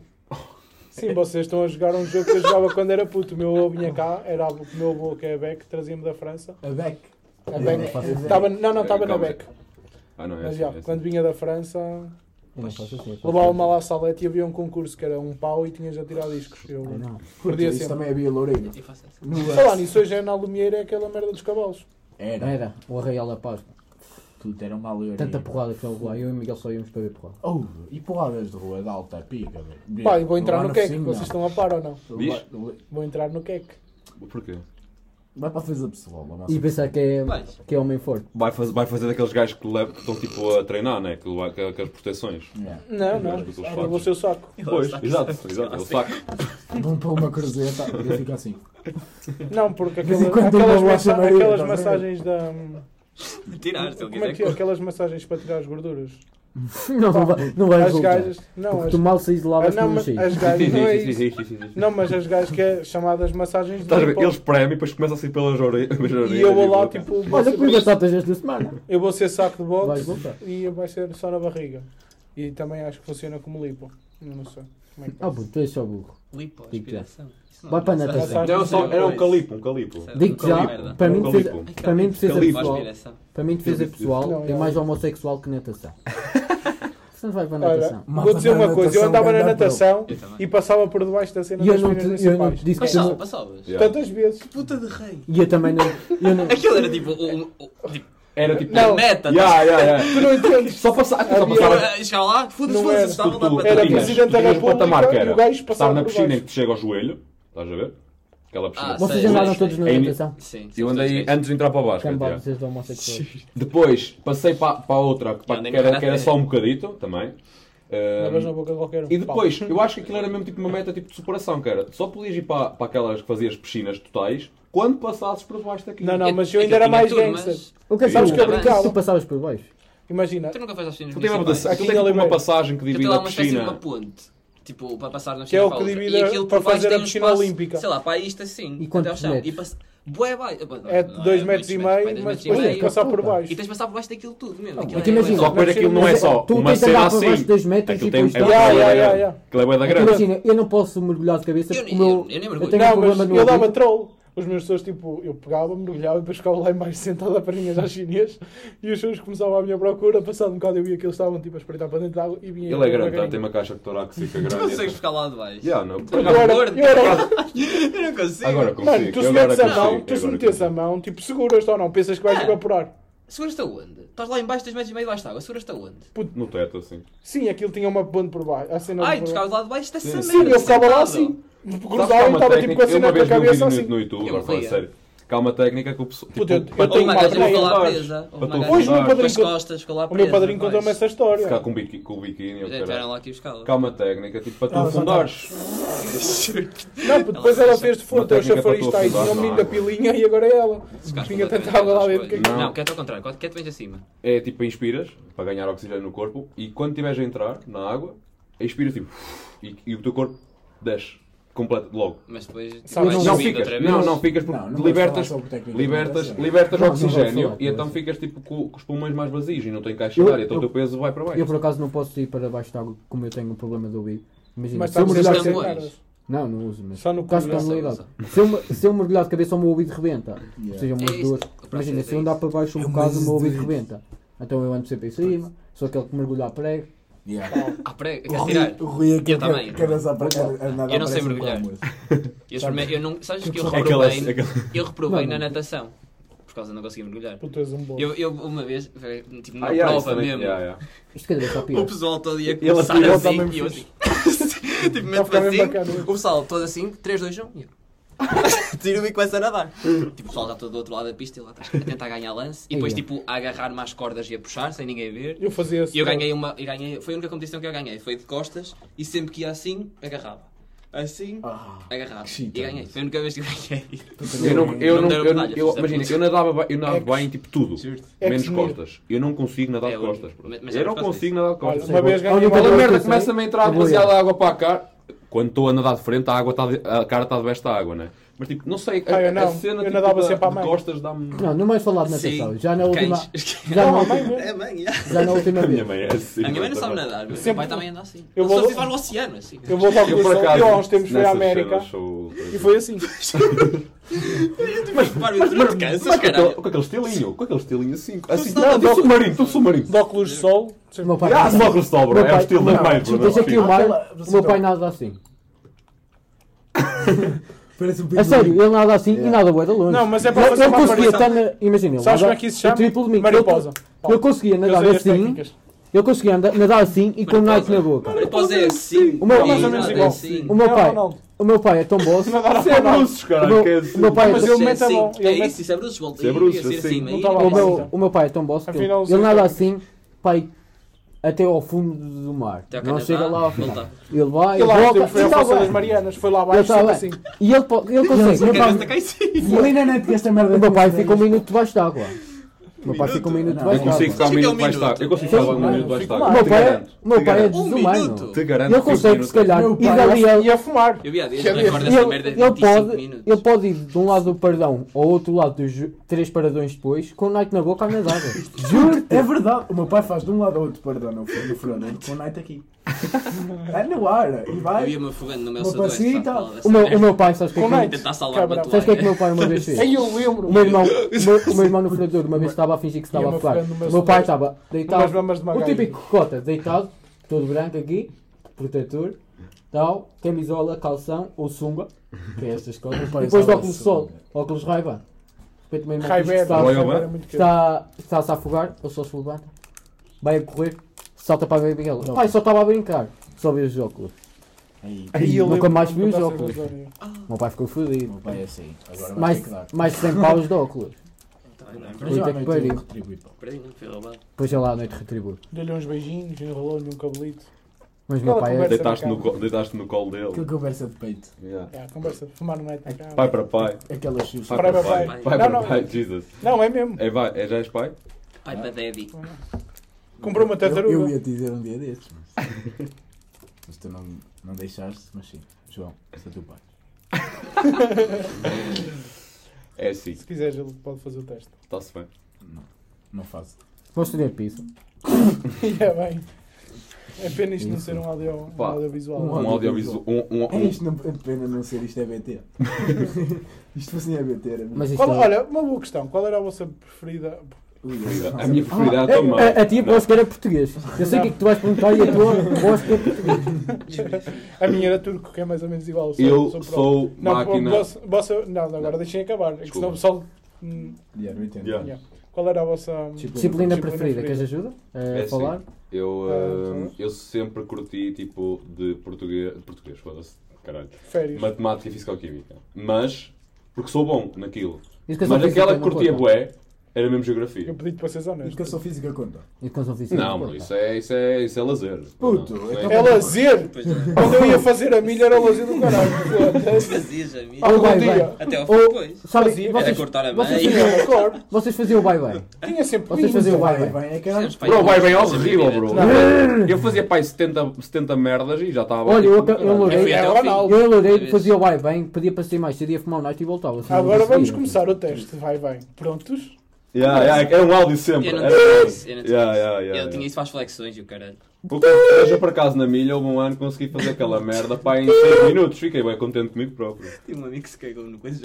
Speaker 3: Sim, vocês estão a jogar um jogo que eu jogava quando era puto. O meu avô vinha cá, era o meu avô que é Beck, trazia-me da França.
Speaker 6: A Beck.
Speaker 3: A
Speaker 2: não
Speaker 3: Beck.
Speaker 2: faço ideia.
Speaker 3: Tava, não, não,
Speaker 4: É,
Speaker 3: estava na
Speaker 4: calma.
Speaker 3: Beck.
Speaker 4: Ah, não, é
Speaker 3: Mas
Speaker 4: assim,
Speaker 3: já,
Speaker 4: é assim.
Speaker 3: quando vinha da França,
Speaker 2: Eu não faço assim. eu faço
Speaker 3: levava
Speaker 2: assim.
Speaker 3: uma lá à salete e havia um concurso que era um pau e tinhas a tirar discos. Eu...
Speaker 2: Ai, Ah, não.
Speaker 3: Perdi
Speaker 6: Isso
Speaker 3: sempre.
Speaker 6: também havia loureiro.
Speaker 5: Eu faço essa.
Speaker 3: Falar nisso, hoje é na Lumiere é aquela merda dos cavalos.
Speaker 6: Era.
Speaker 2: Era, o Arraial da Paz.
Speaker 6: Tudo era uma loureira.
Speaker 2: Tanta porrada que houve lá. Eu e o Miguel só íamos para ver porrada.
Speaker 6: Oh, e porradas de rua de alta é pica, velho.
Speaker 3: Pá, e vou entrar
Speaker 6: Lá
Speaker 3: no queque,
Speaker 6: focinho,
Speaker 3: vocês estão
Speaker 6: não.
Speaker 3: a par ou não?
Speaker 6: Lá-
Speaker 3: Vou entrar no queque.
Speaker 4: Porquê?
Speaker 6: Vai para a defesa pessoal. lá, um mas-
Speaker 2: E pensar que é,
Speaker 5: Mas-
Speaker 2: que é homem forte.
Speaker 4: Vai, faz, vai fazer daqueles gajos que, levam- que estão tipo a treinar, né? Que, levam- com- com as proteções.
Speaker 6: Yeah.
Speaker 3: Não,
Speaker 4: Não,
Speaker 3: não,
Speaker 4: dos
Speaker 3: ah,
Speaker 4: fatos.
Speaker 3: o seu saco.
Speaker 4: Pois, exato, exato. é o saco.
Speaker 6: Vão para uma cruzeta e fica assim.
Speaker 3: Não, porque
Speaker 6: vez em
Speaker 3: aquela-
Speaker 6: quando
Speaker 3: aquelas,
Speaker 6: uma
Speaker 3: massa-
Speaker 6: Rocha Maria,
Speaker 4: tá
Speaker 3: aquelas
Speaker 6: estás a ver?
Speaker 3: massagens da.
Speaker 5: Tirar, se ele
Speaker 3: Como é
Speaker 5: quiser.
Speaker 3: que é? Aquelas massagens para tirar as gorduras.
Speaker 2: Não, não vai, não vai
Speaker 3: As
Speaker 2: resultar.
Speaker 3: gajas. Não,
Speaker 2: Porque
Speaker 3: as,
Speaker 2: tu mal saís de lá,
Speaker 3: ah,
Speaker 2: vais
Speaker 3: não,
Speaker 2: com um
Speaker 3: mas as
Speaker 2: cheio.
Speaker 4: Sim,
Speaker 3: gajas. Não, é
Speaker 4: sim, sim,
Speaker 3: isso.
Speaker 4: sim, sim, sim, sim.
Speaker 3: não, mas as gajas que é chamadas massagens de
Speaker 4: Estás a ver?
Speaker 3: hip-hop.
Speaker 4: Eles premem e depois começam a sair pelas orelhas.
Speaker 3: E eu vou lá, tipo, vou
Speaker 2: Olha,
Speaker 3: ser-
Speaker 2: comi batatas esta semana.
Speaker 3: eu vou ser saco de
Speaker 2: Vais
Speaker 3: boxe
Speaker 2: voltar.
Speaker 3: e vai ser só na barriga. E também acho que funciona como lipo. Não sei. Como é que
Speaker 2: Ah, puto, tu és só burro.
Speaker 5: Lipo,
Speaker 2: Digo-te já.
Speaker 5: aspiração. Isso não- é
Speaker 2: Vai para a
Speaker 5: não sei.
Speaker 2: natação.
Speaker 4: Era, só, era um calipo, um calipo.
Speaker 5: Certo.
Speaker 2: Digo-te já,
Speaker 5: Merda.
Speaker 2: para mim,
Speaker 4: Nunca
Speaker 2: defesa,
Speaker 4: ouvi, pô.
Speaker 2: para mim defesa
Speaker 4: Nunca ouvi.
Speaker 2: pessoal,
Speaker 5: Aspiração.
Speaker 2: para mim defesa
Speaker 3: Não,
Speaker 2: pessoal é
Speaker 3: não.
Speaker 2: mais homossexual que natação. Você não vai para a
Speaker 3: Olha,
Speaker 2: natação.
Speaker 6: Malta
Speaker 3: vou dizer
Speaker 6: na
Speaker 3: uma coisa, eu
Speaker 6: natação,
Speaker 3: andava na
Speaker 6: ganda
Speaker 3: natação
Speaker 5: Eu também.
Speaker 3: e passava por debaixo da cena
Speaker 2: E eu
Speaker 3: das
Speaker 2: não
Speaker 3: filhas
Speaker 2: te, eu não te
Speaker 3: municipais.
Speaker 2: disse que
Speaker 5: Passava-
Speaker 2: eu,
Speaker 5: Passavas.
Speaker 4: Yeah.
Speaker 3: Tantas vezes.
Speaker 5: Puta de rei.
Speaker 2: e eu também não, eu não,
Speaker 5: Aquilo era tipo. um- um- um- tipo,
Speaker 4: Era tipo.
Speaker 3: Não.
Speaker 5: Meta,
Speaker 4: Yeah, yeah, yeah.
Speaker 3: Tu não entendes.
Speaker 4: Só ah, passava. Só
Speaker 3: Havia-
Speaker 4: passava.
Speaker 5: tá? Chegava lá, foda-se,
Speaker 3: Não
Speaker 5: foda-se,
Speaker 3: era.
Speaker 5: estava lá
Speaker 4: tu
Speaker 5: para
Speaker 3: Era
Speaker 4: tinhas-
Speaker 5: trás.
Speaker 3: presidente da
Speaker 4: tu tinhas um
Speaker 3: República
Speaker 4: patamar que
Speaker 3: e o
Speaker 4: era.
Speaker 3: gajo passava
Speaker 4: Estava na
Speaker 3: por
Speaker 4: piscina
Speaker 3: baixo.
Speaker 4: em que te chega ao joelho. Estás a ver? Aquela piscina.
Speaker 5: Ah,
Speaker 2: Vocês
Speaker 5: Sei,
Speaker 2: andaram
Speaker 5: sei,
Speaker 2: todos na
Speaker 4: Em-
Speaker 2: natação?
Speaker 5: Sim, sim,
Speaker 4: Eu andei
Speaker 5: sim.
Speaker 4: antes de entrar para o Vasco.
Speaker 2: Cambado,
Speaker 4: até.
Speaker 2: vocês de homossexuais.
Speaker 4: Depois passei para, para a outra, que,
Speaker 5: andei
Speaker 4: que
Speaker 5: no
Speaker 4: era,
Speaker 5: karaté.
Speaker 4: que era só um bocadito também. Ahm,
Speaker 3: Levas na boca de qualquer um.
Speaker 4: e depois, eu acho que aquilo era mesmo tipo uma meta tipo de superação, cara. Tu Só podias ir para, para aquelas que fazias piscinas totais quando passasses por baixo daquilo.
Speaker 3: Não, não, mas eu
Speaker 5: É que
Speaker 3: ainda era
Speaker 5: tinha
Speaker 3: mais
Speaker 5: tudo, mas
Speaker 3: gangster.
Speaker 2: O que é que
Speaker 4: Sabes
Speaker 2: tu-
Speaker 3: que eu brincava?
Speaker 2: Tu passavas por baixo?
Speaker 3: Imagina,
Speaker 5: Tu nunca assim fazes as piscinas
Speaker 4: Aquilo tem, uma,
Speaker 5: municipais.
Speaker 4: aquilo tem tipo uma passagem que
Speaker 5: Aquilo tem
Speaker 4: divide
Speaker 5: lá
Speaker 4: a
Speaker 5: uma espécie de uma
Speaker 4: piscina.
Speaker 5: ponte. Tipo, para passar na
Speaker 3: Que é
Speaker 5: piscina
Speaker 3: o
Speaker 5: para
Speaker 3: que
Speaker 5: outra.
Speaker 3: divide
Speaker 5: E aquilo
Speaker 3: para
Speaker 5: por baixo
Speaker 3: fazer a
Speaker 5: tem um
Speaker 3: piscina
Speaker 5: espaço,
Speaker 3: olímpica.
Speaker 5: Sei lá, para isto assim.
Speaker 2: E
Speaker 5: até
Speaker 2: quantos
Speaker 5: ao chão. E
Speaker 2: metros?
Speaker 5: passa... Bué, vai. Não,
Speaker 3: é
Speaker 5: não,
Speaker 3: de 2
Speaker 5: muitos
Speaker 3: metros e
Speaker 5: é
Speaker 3: meio,
Speaker 5: dois
Speaker 3: mas
Speaker 5: metros e
Speaker 3: depois
Speaker 2: olha,
Speaker 3: tem que
Speaker 5: meio.
Speaker 3: passar por
Speaker 2: puta.
Speaker 3: baixo.
Speaker 5: E tens de passar por baixo daquilo tudo mesmo.
Speaker 2: Não,
Speaker 5: Aquilo
Speaker 2: é que
Speaker 5: é-
Speaker 2: imagina-
Speaker 4: Só que depois aquilo não é só
Speaker 2: Tu
Speaker 4: uma
Speaker 2: tens de
Speaker 4: cena
Speaker 2: andar por
Speaker 4: assim.
Speaker 2: baixo dois metros
Speaker 4: Aquilo
Speaker 2: e
Speaker 4: tem é
Speaker 2: depois
Speaker 4: bué da
Speaker 2: dá-
Speaker 3: Yeah, yeah,
Speaker 4: grande.
Speaker 3: yeah.
Speaker 4: Aquilo é bué da
Speaker 2: Porque,
Speaker 4: grande.
Speaker 2: Imagina, eu não posso mergulhar de cabeça
Speaker 5: Eu
Speaker 2: porque
Speaker 5: nem-
Speaker 2: o meu-
Speaker 5: eu- eu nem mergulho.
Speaker 2: tenho um
Speaker 3: Não,
Speaker 2: problema
Speaker 3: mas
Speaker 2: no
Speaker 3: eu dava
Speaker 2: ouvido.
Speaker 3: troll. Os meus pessoas, tipo, eu pegava, mergulhava e depois ficava lá embaixo sentado a perninhas às chinês e os seus começavam à minha procura. Passado um bocado eu via que eles estavam, tipo, a espreitar para dentro da água e vinha.
Speaker 4: Ele é grande, tá? tem uma caixa de torácica é grande.
Speaker 5: Tu consegues ficar lá de baixo.
Speaker 4: Yeah, não.
Speaker 5: Tu não
Speaker 3: Eu era-
Speaker 5: gordo.
Speaker 3: eu era-
Speaker 5: Eu não consigo.
Speaker 4: Agora consigo.
Speaker 3: Mano, tu se
Speaker 4: agora
Speaker 3: metes a
Speaker 4: consigo,
Speaker 3: mão, tu se
Speaker 4: agora
Speaker 3: metes a
Speaker 4: consigo.
Speaker 3: mão, tipo, seguras-te ou não? Pensas que vais
Speaker 5: Ah.
Speaker 3: evaporar?
Speaker 5: Seguras-te aonde? Estás lá embaixo, 2 metros e meio debaixo de água. Seguras-te aonde?
Speaker 4: No teto, assim.
Speaker 3: Sim, aquilo tinha uma ponte por baixo. A cena
Speaker 5: Ai,
Speaker 3: por baixo.
Speaker 5: tu ficavas lá de baixo dessa merda.
Speaker 3: Sim, eu ficava lá assim.
Speaker 5: sentado.
Speaker 4: Sabes que há
Speaker 3: Cruzava e estava
Speaker 4: uma
Speaker 3: tipo com a
Speaker 4: técnica- eu uma
Speaker 3: cena na
Speaker 4: vez vi um
Speaker 3: cabeça
Speaker 4: vídeo
Speaker 3: assim.
Speaker 4: no- no YouTube,
Speaker 5: Eu
Speaker 4: agora falando
Speaker 5: morria.
Speaker 4: sério. Que há uma técnica que o pessoal. tipo,
Speaker 3: Puta, eu- eu
Speaker 4: para
Speaker 3: tenho
Speaker 5: Houve
Speaker 4: tu
Speaker 5: uma
Speaker 3: uma
Speaker 5: gaja que ficou
Speaker 3: perna
Speaker 5: lá
Speaker 4: afundares,
Speaker 5: presa. Houve
Speaker 4: para tu
Speaker 5: uma gaja
Speaker 3: Hoje o meu
Speaker 4: afundares,
Speaker 5: com
Speaker 3: padrinho
Speaker 5: as
Speaker 3: cont-
Speaker 5: costas ficou lá
Speaker 3: o
Speaker 5: presa.
Speaker 3: meu padrinho
Speaker 5: debaixo.
Speaker 3: contou-me essa
Speaker 4: Ficar
Speaker 3: história.
Speaker 4: com o biqui- com o biquíni. ou
Speaker 5: Gente, vieram
Speaker 4: caralho.
Speaker 5: É, lá aqui buscá-la.
Speaker 4: Que há uma técnica, tipo, para tu
Speaker 6: Ah, já
Speaker 4: afundares.
Speaker 3: Não, porque depois ela fez de fonte ao
Speaker 4: técnica para tu
Speaker 3: chafarista e
Speaker 4: afundares
Speaker 3: tinha o
Speaker 4: na
Speaker 3: menino da
Speaker 4: água.
Speaker 3: pilinha e agora é ela. Tinha tanta água lá dentro. que aquilo-
Speaker 5: Não, quieto ao contrário. Quieto quieto vens acima.
Speaker 4: É tipo, inspiras para ganhar oxigênio no corpo e quando estiveres a entrar na água, expiras tipo e, e o teu corpo desce completo logo.
Speaker 5: Mas depois...
Speaker 3: Sabes-
Speaker 5: vais
Speaker 4: Não
Speaker 5: subindo
Speaker 4: ficas,
Speaker 5: outra vez.
Speaker 4: não, não ficas porque
Speaker 6: Não, não vamos
Speaker 4: libertas,
Speaker 6: falar sobre técnica,
Speaker 4: libertas,
Speaker 6: não é?
Speaker 4: libertas
Speaker 2: Não, não vamos
Speaker 4: oxigênio
Speaker 2: falar,
Speaker 4: e
Speaker 2: não
Speaker 4: então
Speaker 2: é?
Speaker 4: ficas tipo com, com os pulmões mais vazios e não tem caixa de
Speaker 2: Eu-
Speaker 4: ar, então o teu peso vai para
Speaker 2: Eu
Speaker 4: baixo.
Speaker 2: por acaso não posso ir para baixo de água como eu tenho um problema de ouvido. Imagina,
Speaker 3: Mas
Speaker 2: se eu
Speaker 3: estamos
Speaker 2: mergulhar
Speaker 3: a
Speaker 2: de
Speaker 5: sem
Speaker 3: ser
Speaker 2: cabeça...
Speaker 5: merda.
Speaker 3: caras.
Speaker 2: Não, não uso, mas
Speaker 3: Só no
Speaker 2: por causa
Speaker 3: cu,
Speaker 2: da
Speaker 5: não sei,
Speaker 2: probabilidade.
Speaker 5: não
Speaker 2: Se eu, me- se eu mergulhar de cabeça o meu ouvido rebenta. Ou seja,
Speaker 5: É
Speaker 2: umas
Speaker 5: isso.
Speaker 2: duas.
Speaker 5: O próximo
Speaker 2: Imagina,
Speaker 5: é
Speaker 2: se eu andar para baixo um
Speaker 6: É
Speaker 2: bocado o
Speaker 6: mais
Speaker 2: meu ouvido
Speaker 6: doido.
Speaker 2: rebenta. Então eu ando sempre em cima, sou aquele que mergulhar prego.
Speaker 6: Yeah.
Speaker 5: Ah, peraí. Queres tirar?
Speaker 6: O Rui é que
Speaker 5: Eu também.
Speaker 6: quer dançar para a nadar
Speaker 5: Eu não sei
Speaker 6: parece um
Speaker 5: mergulhar.
Speaker 6: cão, mas-
Speaker 5: Eu, experimentei- eu não, sabes que eu
Speaker 4: É aquela-
Speaker 5: reprovei,
Speaker 4: aquela-
Speaker 5: eu reprovei
Speaker 2: Não,
Speaker 5: na
Speaker 2: não.
Speaker 5: natação por causa de não conseguir mergulhar.
Speaker 3: Puto, és um bom.
Speaker 5: Eu, eu uma vez, foi, tipo, na
Speaker 4: Ah, yeah, isso
Speaker 5: prova
Speaker 4: também-
Speaker 3: é.
Speaker 5: mesmo,
Speaker 4: yeah, yeah.
Speaker 2: Isto cada vez está
Speaker 5: o
Speaker 2: pior.
Speaker 5: pessoal todo ia
Speaker 4: Ele
Speaker 5: começar
Speaker 4: atirou
Speaker 5: assim
Speaker 4: também
Speaker 5: e eu assim.
Speaker 4: fixe.
Speaker 5: tipo, meto
Speaker 3: ficar mesmo
Speaker 5: assim,
Speaker 3: bacana.
Speaker 5: o pessoal todo assim, 3, 2, 1 e eu. Tiro-me e começo a nadar. tipo, o pessoal já todo do outro lado da pista e lá atrás, a tentar ganhar lance e depois,
Speaker 2: Ia.
Speaker 5: tipo, a agarrar-me às cordas e a puxar sem ninguém ver.
Speaker 3: Eu fazia assim.
Speaker 5: E eu ganhei uma. Eu ganhei, foi a única competição que eu ganhei. Foi de costas e sempre que ia assim, agarrava. Assim,
Speaker 6: Ah,
Speaker 5: agarrava.
Speaker 6: que
Speaker 5: E
Speaker 6: chita,
Speaker 5: ganhei.
Speaker 6: mas-
Speaker 5: Foi a única vez que ganhei.
Speaker 4: Eu não, eu
Speaker 5: Não
Speaker 4: não,
Speaker 5: deram
Speaker 4: eu,
Speaker 5: medalhas,
Speaker 4: eu,
Speaker 5: fizeram
Speaker 4: imagina,
Speaker 5: isso.
Speaker 4: eu nadava, ba- eu nadava
Speaker 3: Ex-
Speaker 4: bem tipo tudo,
Speaker 5: Juro-te.
Speaker 4: menos
Speaker 3: Ex-
Speaker 4: costas. Eu não consigo nadar
Speaker 5: É,
Speaker 4: de
Speaker 5: eu-
Speaker 4: costas.
Speaker 5: mas- mas
Speaker 4: Eu
Speaker 5: é
Speaker 4: não
Speaker 5: por causa
Speaker 4: consigo nadar de
Speaker 3: Olha,
Speaker 4: costas.
Speaker 3: uma vez ganhei
Speaker 2: Olha,
Speaker 3: uma
Speaker 4: Aquela
Speaker 2: Eu
Speaker 4: merda
Speaker 2: sei.
Speaker 4: começa-me a entrar
Speaker 2: Eu vou
Speaker 4: demasiada
Speaker 2: olhar.
Speaker 4: água para a cara. Quando estou a nadar de frente, a, água está de- a cara está debaixo da água, né? Mas tipo, não sei, a,
Speaker 3: Ah, eu
Speaker 4: a
Speaker 3: não.
Speaker 4: cena
Speaker 3: Eu
Speaker 4: tipo,
Speaker 3: nadava
Speaker 4: da-
Speaker 3: sempre à
Speaker 4: de
Speaker 3: mãe.
Speaker 4: costas dá-me.
Speaker 2: Não, não mais falar de natação. Já na última.
Speaker 5: Cães.
Speaker 2: Já na,
Speaker 3: Não, a
Speaker 2: última-
Speaker 3: mãe mesmo.
Speaker 5: É mãe, já.
Speaker 2: já na última
Speaker 4: A minha
Speaker 2: vez.
Speaker 4: mãe é assim.
Speaker 5: A minha mãe não sabe
Speaker 4: também.
Speaker 5: nadar, mas o meu
Speaker 3: Sempre-
Speaker 5: pai também anda assim.
Speaker 3: Eu
Speaker 5: Eu
Speaker 3: vou-
Speaker 5: vou para o oceano, assim.
Speaker 3: Eu vou para a
Speaker 4: Eu por
Speaker 3: conclusão.
Speaker 4: acaso.
Speaker 3: Eu há uns tempos fui à
Speaker 4: nessas
Speaker 3: América
Speaker 4: cenas sou-
Speaker 3: e foi assim.
Speaker 5: Mas para o te cansas,
Speaker 4: Mas com aquele,
Speaker 5: caralho.
Speaker 4: com aquele estilinho, com aquele estilinho assim. assim
Speaker 5: nada
Speaker 4: não, do submarino, do submarino.
Speaker 3: De óculos de sol.
Speaker 2: O meu pai.
Speaker 4: Ah, só que
Speaker 2: o meu
Speaker 4: sobra, é o
Speaker 2: pai-
Speaker 4: estilo
Speaker 2: não,
Speaker 4: da mãe, por
Speaker 2: Deixa aqui o
Speaker 4: exemplo.
Speaker 2: mar.
Speaker 6: Aquela-
Speaker 2: O meu pai nada assim.
Speaker 6: Parece um
Speaker 2: A
Speaker 6: pinguim.
Speaker 2: É sério, ele nada assim e nada bué de longe.
Speaker 3: Não, mas é para
Speaker 2: Eu-
Speaker 3: fazer
Speaker 2: Eu
Speaker 3: uma
Speaker 2: conseguia estar
Speaker 3: comparação.
Speaker 2: na... Imagina, ele nada-
Speaker 3: Sabes como é que isso se
Speaker 2: eu
Speaker 3: chama?
Speaker 2: triplo de mim.
Speaker 3: Mariposa.
Speaker 2: Eu, eu conseguia
Speaker 3: Eu
Speaker 2: nadar
Speaker 3: sei as
Speaker 2: assim.
Speaker 3: técnicas.
Speaker 2: Eu conseguia andar- nadar assim e com nada na boca.
Speaker 5: Depois é assim.
Speaker 2: O meu-
Speaker 5: e
Speaker 2: É mais ou
Speaker 5: nada
Speaker 2: menos
Speaker 5: é
Speaker 3: igual.
Speaker 5: assim.
Speaker 2: O meu
Speaker 3: Não,
Speaker 2: pai,
Speaker 3: não.
Speaker 2: o meu pai é tão bolso.
Speaker 3: Nadar
Speaker 4: Isso é
Speaker 3: ao mar.
Speaker 4: bruxos,
Speaker 2: O
Speaker 4: caralho. que é
Speaker 2: meu, o meu pai é
Speaker 3: Mas
Speaker 2: tão-
Speaker 3: ele
Speaker 5: Isso é
Speaker 3: mete a
Speaker 5: assim.
Speaker 3: mão, ele
Speaker 5: É
Speaker 3: mete-
Speaker 5: isso, isso é bruxos. Volta.
Speaker 4: Isso é bruxos,
Speaker 5: Ia ser
Speaker 4: assim.
Speaker 5: assim,
Speaker 3: Não
Speaker 5: aí,
Speaker 3: estava
Speaker 2: o
Speaker 5: assim.
Speaker 2: meu, o meu pai é tão bolso que ele,
Speaker 3: então. Afinal,
Speaker 2: ele
Speaker 3: sim.
Speaker 2: nada assim, pai, até ao fundo do mar.
Speaker 5: Até ao
Speaker 2: Não
Speaker 5: Canadá,
Speaker 2: chega lá ao final.
Speaker 5: volta.
Speaker 2: Ele vai,
Speaker 3: E lá
Speaker 2: volta,
Speaker 3: tipo, foi
Speaker 2: e
Speaker 3: a
Speaker 2: tá
Speaker 3: Força das
Speaker 2: bem.
Speaker 3: Marianas. Foi lá
Speaker 2: Ele
Speaker 3: abaixo
Speaker 2: está
Speaker 3: sempre
Speaker 2: bem.
Speaker 3: assim.
Speaker 2: E ele, po- ele consegue. Meu
Speaker 5: Caralho, está cá
Speaker 2: pai,
Speaker 5: em cima.
Speaker 6: Eu ainda não tinha esta merda. é
Speaker 2: o meu pai
Speaker 6: de
Speaker 2: fica um minuto debaixo d'água. O meu pai fica um minuto
Speaker 6: Não,
Speaker 4: Eu
Speaker 2: debaixo
Speaker 4: consigo
Speaker 2: d'água.
Speaker 4: ficar um
Speaker 5: Chega ao
Speaker 4: minuto mais
Speaker 5: minuto.
Speaker 4: tarde. Eu consigo ficar um
Speaker 6: Não,
Speaker 4: minuto mais
Speaker 3: fico
Speaker 4: tarde.
Speaker 2: O
Speaker 3: lá.
Speaker 2: meu
Speaker 4: Te
Speaker 2: pai, é-
Speaker 4: garanto,
Speaker 2: o meu
Speaker 4: te
Speaker 2: pai é
Speaker 4: garanto.
Speaker 5: Um minuto.
Speaker 2: desumano.
Speaker 4: Te garanto.
Speaker 2: Ele
Speaker 4: um cinco
Speaker 2: consegue,
Speaker 4: minutos.
Speaker 2: se calhar,
Speaker 6: Meu
Speaker 2: e
Speaker 6: pai,
Speaker 2: dali
Speaker 6: eu-
Speaker 2: ele,
Speaker 3: E a fumar.
Speaker 5: Eu vi há dias
Speaker 3: Quer
Speaker 5: que
Speaker 3: dizer,
Speaker 5: acorda
Speaker 2: ele-
Speaker 5: essa merda é
Speaker 2: ele
Speaker 5: 25
Speaker 2: pode, ele
Speaker 5: minutos.
Speaker 2: pode ir de um lado do pardão ao outro lado dos três paradões depois, com o Nike na boca a nadar. Juro!
Speaker 6: É verdade, o meu pai faz de um lado ao outro, perdão, no, no front end, com o night aqui. É no ar, e
Speaker 5: Eu
Speaker 6: vai.
Speaker 5: ia-me afogando no meu
Speaker 6: Uma
Speaker 5: sudoeste.
Speaker 6: passinha e
Speaker 5: pá,
Speaker 6: tal.
Speaker 5: fala dessa
Speaker 2: O meu, o
Speaker 5: merda.
Speaker 2: meu pai, sabes o que é que
Speaker 3: Com
Speaker 2: me-
Speaker 3: Nike.
Speaker 5: Tentar salvar uma
Speaker 3: Cabra.
Speaker 2: Sabes o que é que o
Speaker 5: toalha.
Speaker 2: meu pai uma vez fez?
Speaker 3: Aí eu lembro.
Speaker 2: O meu irmão, o meu, o meu irmão no furador uma vez estava a fingir que se estava a
Speaker 3: Ia-me
Speaker 2: afogar.
Speaker 3: afogando
Speaker 2: O
Speaker 3: umas
Speaker 2: meu pai
Speaker 3: duas-
Speaker 2: estava
Speaker 3: umas
Speaker 2: deitado,
Speaker 3: mamas de
Speaker 2: o
Speaker 3: magalho.
Speaker 2: típico cota, deitado, todo branco aqui, protetor, tal, camisola, calção ou sunga, que é estas coisas.
Speaker 6: pai
Speaker 2: Depois de
Speaker 6: usava
Speaker 2: óculos de
Speaker 6: sunga.
Speaker 2: sol, óculos raiva. repente o meu irmão diz que
Speaker 3: Raiver,
Speaker 2: está,
Speaker 4: Vai ao
Speaker 3: Raiver
Speaker 4: banho.
Speaker 3: é muito caro.
Speaker 2: está, está a se afogar, ele só se levanta, vai a correr, salta para ver Miguel. Pai, só estava a brincar, só vi os óculos.
Speaker 6: Aí,
Speaker 3: Aí eu
Speaker 2: Nunca
Speaker 3: lembro-me
Speaker 2: mais
Speaker 3: de
Speaker 2: vi os
Speaker 3: contar
Speaker 2: óculos.
Speaker 3: essa história.
Speaker 2: O meu pai ficou
Speaker 6: o
Speaker 2: fodido.
Speaker 6: meu pai é assim. Agora vai
Speaker 2: Mais,
Speaker 6: ter que dar.
Speaker 2: mais de 100 paus de óculos.
Speaker 6: Mas já
Speaker 2: Puta que
Speaker 6: à noite
Speaker 2: pariu.
Speaker 6: eu retribuí, pá.
Speaker 5: Perdi, não fui roubado.
Speaker 2: Depois ele lá à noite retribui.
Speaker 3: Dei-lhe uns beijinhos, enrolou-lhe um cabelito.
Speaker 2: Mas o meu
Speaker 3: Aquela
Speaker 2: pai é.
Speaker 3: conversa-
Speaker 4: Deitaste no, co- deitaste no colo dele.
Speaker 6: Aquela conversa de peito.
Speaker 4: Yeah.
Speaker 3: É, conversa, fumar no night na cama.
Speaker 4: Pai para pai.
Speaker 6: Aquelas chus.
Speaker 4: Pai
Speaker 3: Para
Speaker 4: para
Speaker 3: papai.
Speaker 4: pai.
Speaker 5: Não,
Speaker 4: Pai para
Speaker 3: não.
Speaker 4: pai. Jesus.
Speaker 3: Não, é mesmo.
Speaker 4: É, vai, é, já és pai?
Speaker 5: Ai, para Daddy.
Speaker 3: Comprou uma
Speaker 6: Eu, eu
Speaker 3: tartaruga.
Speaker 6: ia te dizer um dia destes, mas. mas tu não, não deixaste, mas sim. João, sou teu pai.
Speaker 4: É sim.
Speaker 3: Se quiseres, ele pode fazer o teste.
Speaker 4: Está-se bem.
Speaker 6: Não faço.
Speaker 2: Vamos estudar piso.
Speaker 3: E é bem. É pena isto não ser um audio, um
Speaker 4: Pá.
Speaker 3: audiovisual.
Speaker 6: Um
Speaker 4: Um audiovisual. Um, um,
Speaker 6: É
Speaker 4: um,
Speaker 6: isto, não, é pena não ser isto é BT. isto fosse é BT, era
Speaker 2: Mas isto
Speaker 3: Qual-
Speaker 2: é-
Speaker 3: olha, uma boa questão. Qual era a vossa preferida?
Speaker 4: A
Speaker 6: Ah,
Speaker 4: minha preferida é a tua mãe.
Speaker 2: A, a tia parece que era é português. Eu sei o que é que tu vais perguntar e a tua parece que é português.
Speaker 3: A minha era turco, que é mais ou menos igual. Sou-
Speaker 4: Eu
Speaker 3: pro.
Speaker 4: sou
Speaker 3: Não,
Speaker 4: máquina.
Speaker 3: vossa- vossa- não, agora deixem acabar. É que senão o pessoal. hum,
Speaker 6: Yeah, não entendo.
Speaker 4: Yeah.
Speaker 3: yeah. Qual era a vossa.
Speaker 2: Disciplina
Speaker 3: Disciplina
Speaker 2: preferida,
Speaker 3: preferida.
Speaker 2: queres ajuda?
Speaker 4: É
Speaker 2: A
Speaker 4: assim.
Speaker 2: falar?
Speaker 4: Eu,
Speaker 3: Ah,
Speaker 4: ah, eu sempre curti tipo de português, de português, foda-se, caralho.
Speaker 3: Férias.
Speaker 4: Matemática e físico-química. Mas, porque sou bom naquilo.
Speaker 2: Educação
Speaker 4: Mas
Speaker 2: física
Speaker 4: aquela que
Speaker 2: não
Speaker 4: curtia
Speaker 2: conta.
Speaker 4: bué era mesmo geografia.
Speaker 3: Eu pedi para vocês honestos.
Speaker 6: Educação física conta.
Speaker 2: Educação física
Speaker 4: Não, bro,
Speaker 2: conta.
Speaker 4: isso é, isso é, isso é lazer.
Speaker 6: Puto,
Speaker 4: Não, não
Speaker 6: então-
Speaker 3: É lazer!
Speaker 5: Depois já
Speaker 3: Quando eu ia fazer a milha era o lazer do caralho.
Speaker 5: fazias a mim.
Speaker 2: Ou vai,
Speaker 3: Algum
Speaker 2: vai.
Speaker 3: dia.
Speaker 5: Até ao fim,
Speaker 2: Ou-
Speaker 5: depois.
Speaker 2: Sabe,
Speaker 3: Fazia.
Speaker 4: é
Speaker 5: Era
Speaker 2: vocês,
Speaker 5: cortar a
Speaker 2: vocês-
Speaker 5: meia.
Speaker 3: Claro.
Speaker 2: vocês faziam o bye-bye.
Speaker 3: Tinha sempre
Speaker 2: Vocês
Speaker 3: vinhos.
Speaker 2: faziam o
Speaker 6: Vai,
Speaker 2: bye-bye.
Speaker 6: vai, é caralho.
Speaker 5: Percebes,
Speaker 4: Bro, vai bem
Speaker 5: Não,
Speaker 4: horrível,
Speaker 5: não,
Speaker 4: bro. é?
Speaker 3: Uhum.
Speaker 4: Eu fazia pai 70, 70 merdas e já estava.
Speaker 2: Olha, eu,
Speaker 4: tipo,
Speaker 2: aca- eu
Speaker 5: Eu fui
Speaker 2: lourei.
Speaker 5: até
Speaker 3: É
Speaker 5: ao fim.
Speaker 3: Ronaldo.
Speaker 2: Eu lourei,
Speaker 5: Talvez.
Speaker 2: fazia o bye-bye, podia passar mais, seria fumar um night e voltava. assim,
Speaker 3: Agora
Speaker 2: não
Speaker 3: vamos
Speaker 2: conseguia.
Speaker 3: começar o teste. Vai bem. Prontos?
Speaker 4: Yeah, yeah, era um áudio sempre.
Speaker 5: Eu não
Speaker 4: era
Speaker 5: tinha
Speaker 4: um
Speaker 5: isso, eu não
Speaker 4: áudio.
Speaker 5: tinha
Speaker 4: Yeah,
Speaker 5: isso.
Speaker 4: yeah, yeah,
Speaker 5: Ele tinha
Speaker 4: yeah.
Speaker 5: isso para as flexões e o caralho.
Speaker 4: Porque eu, por acaso, na milha, houve um ano que consegui fazer aquela merda pai em 6 minutos. Fiquei bem contente comigo próprio.
Speaker 5: Tinha um amigo que se cagou no coisa.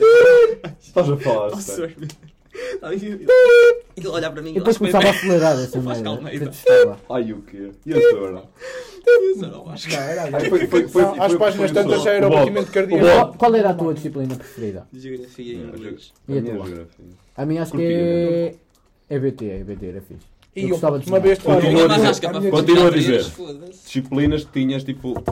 Speaker 5: tá
Speaker 4: Estás a falar,
Speaker 5: Ao
Speaker 4: sério?
Speaker 5: sorvete. Estava ele Tá ele olhar para mim
Speaker 2: E depois
Speaker 5: "Ah,
Speaker 2: começava a
Speaker 4: é-
Speaker 5: espera,
Speaker 2: acelerar essa
Speaker 5: Vasco Almeida.
Speaker 2: merda. Detestava.
Speaker 4: Ai, o quê? E a senhora?
Speaker 5: eu não acho que
Speaker 6: Não, era
Speaker 4: Ai, foi, foi, foi,
Speaker 3: Não, às páginas tantas já era o batimento cardíaco.
Speaker 2: Qual- Qual era a tua disciplina preferida?
Speaker 5: Geografia em
Speaker 4: Não,
Speaker 5: inglês.
Speaker 2: E a tua? A minha acho que
Speaker 4: Curtia, né?
Speaker 2: é. É BT, é BT, era fixe.
Speaker 3: E
Speaker 2: Eu
Speaker 3: eu,
Speaker 2: gostava de
Speaker 3: uma
Speaker 2: sonhar.
Speaker 3: vez,
Speaker 4: Continua
Speaker 5: Ninguém
Speaker 4: a
Speaker 3: olha,
Speaker 5: mais
Speaker 4: dizer.
Speaker 5: rasca é para
Speaker 4: Continua a
Speaker 5: fazer
Speaker 4: dizer.
Speaker 5: três, foda-se.
Speaker 4: Disciplinas que tinhas, tipo,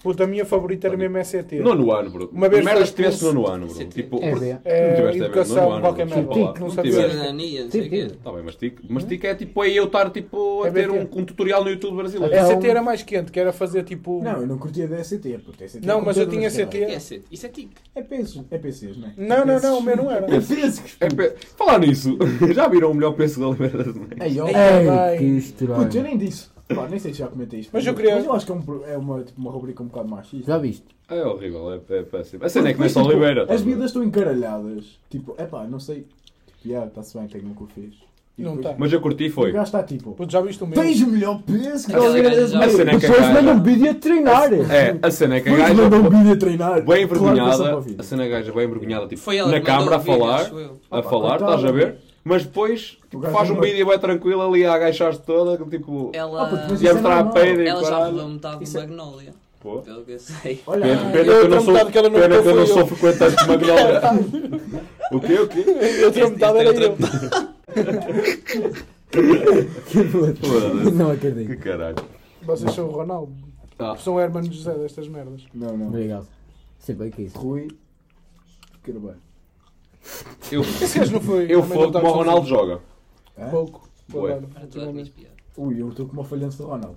Speaker 3: puta, a minha favorita era mesmo SET.
Speaker 4: nono ano, bro.
Speaker 3: Uma vez
Speaker 4: Merdas que
Speaker 3: foi expulso.
Speaker 4: tivesse nono ano, bro.
Speaker 5: Sim,
Speaker 4: Tipo,
Speaker 2: É
Speaker 4: por-
Speaker 2: B.
Speaker 3: É,
Speaker 4: não tiveste
Speaker 3: educação,
Speaker 4: nono ano, bro.
Speaker 3: qualquer
Speaker 4: Desculpa
Speaker 3: merda.
Speaker 4: lá.
Speaker 3: Não
Speaker 4: Não
Speaker 3: sabes
Speaker 4: tiveste.
Speaker 5: Cidadania, não sei o quê.
Speaker 4: Tá bem, mas tic,
Speaker 6: Uhum.
Speaker 4: mas tic é tipo aí eu estar tipo a
Speaker 3: É
Speaker 4: ter um,
Speaker 3: BT.
Speaker 4: um tutorial no YouTube brasileiro.
Speaker 3: A
Speaker 2: É
Speaker 3: SET
Speaker 2: um-
Speaker 3: era mais quente, que era fazer tipo.
Speaker 6: Não, eu não curtia da ST, puto. ST
Speaker 3: Não, mas eu tinha
Speaker 6: computador,
Speaker 3: ST.
Speaker 5: É assim, Isso é tic.
Speaker 6: mas caralho. É PCs, é PCs, não é?
Speaker 3: Não, não, não, o meu não era.
Speaker 6: É PCs.
Speaker 4: É pe- Falar nisso, já viram o melhor peso da Oliveira das Mães?
Speaker 6: Ei, ó.
Speaker 2: Ei,
Speaker 3: bem.
Speaker 2: que
Speaker 6: Puto, eu
Speaker 2: estranho.
Speaker 6: nem disse. Pá, nem sei se já comentei isto.
Speaker 3: Mas eu queria-
Speaker 6: eu acho que é, um pro- é uma, tipo, uma rubrica um bocado machista.
Speaker 2: Já viste?
Speaker 4: É horrível, é, é péssimo. A cena é que
Speaker 6: Mas,
Speaker 4: nesta
Speaker 6: tipo,
Speaker 4: Oliveira. tá
Speaker 6: As
Speaker 4: bem.
Speaker 6: miúdas estão encaralhadas. Tipo, é pá, não sei. Tipo, yeah, está-se bem, tenho o que eu fiz. E
Speaker 3: Não
Speaker 6: depois
Speaker 3: tá.
Speaker 4: Mas eu curti
Speaker 6: O
Speaker 4: foi.
Speaker 6: gajo está tipo.
Speaker 3: Puto, já viste o meu?
Speaker 6: Tens o melhor peso que
Speaker 5: Aquela
Speaker 6: alguém
Speaker 5: gaja
Speaker 6: das
Speaker 5: já-
Speaker 6: mães."
Speaker 4: Essa- Cena é que a
Speaker 2: Pessoas
Speaker 4: gaja-
Speaker 2: mandam vídeo a treinar.
Speaker 4: É, a cena é que a
Speaker 6: Depois
Speaker 4: gaja.
Speaker 6: mandam um vídeo a treinar.
Speaker 4: Bem
Speaker 6: Claro, passa
Speaker 4: envergonhada,
Speaker 6: para o vídeo.
Speaker 4: a cena é que a gaja bem envergonhada, tipo,
Speaker 5: Foi ela
Speaker 4: na
Speaker 5: que mandou
Speaker 4: câmara a
Speaker 5: o vídeo,
Speaker 4: falar, Ah,
Speaker 5: acho eu.
Speaker 4: a
Speaker 6: Opa,
Speaker 4: falar,
Speaker 6: coitada.
Speaker 4: estás a ver? Mas depois tipo,
Speaker 6: O gajo
Speaker 4: faz um
Speaker 6: não-
Speaker 4: vídeo bem tranquilo ali a agachar-se toda, que, tipo,
Speaker 5: Ela.
Speaker 6: puto, mas
Speaker 4: e a
Speaker 6: isso é
Speaker 4: mostrar a
Speaker 6: normal.
Speaker 4: peida e
Speaker 5: Ela já
Speaker 4: caralho.
Speaker 5: rodou metade do
Speaker 6: Isso é-
Speaker 5: Magnolia.
Speaker 4: Pô.
Speaker 5: Pelo que eu sei.
Speaker 6: Olha,
Speaker 4: Pena, pena
Speaker 6: ah,
Speaker 4: que
Speaker 3: eu
Speaker 4: eu não
Speaker 3: tenho
Speaker 4: sou,
Speaker 3: metade que ela não
Speaker 4: pena
Speaker 3: botou,
Speaker 4: que eu não
Speaker 3: foi
Speaker 4: sou
Speaker 3: eu.
Speaker 4: frequentante de Magnolia. o quê, o quê?
Speaker 3: Eu outra metade era
Speaker 5: Esta é
Speaker 3: eu.
Speaker 5: outra-
Speaker 4: Foda-se.
Speaker 2: Não
Speaker 4: Que
Speaker 2: acredito.
Speaker 4: caralho.
Speaker 3: Vocês são o Ronaldo.
Speaker 4: Ah.
Speaker 3: São o Hermano José destas merdas.
Speaker 6: Não, não.
Speaker 2: Obrigado. Sempre que é isso.
Speaker 6: Rui. Carvalho.
Speaker 4: Eu,
Speaker 3: Esse gajo não foi.
Speaker 4: eu
Speaker 3: também
Speaker 4: fogo
Speaker 3: não tá
Speaker 4: como o
Speaker 3: com
Speaker 4: Ronaldo joga.
Speaker 3: Pouco.
Speaker 4: Bué.
Speaker 3: Agora,
Speaker 5: Para tu admites piada.
Speaker 6: Ui, eu estou com uma falhança do Ronaldo.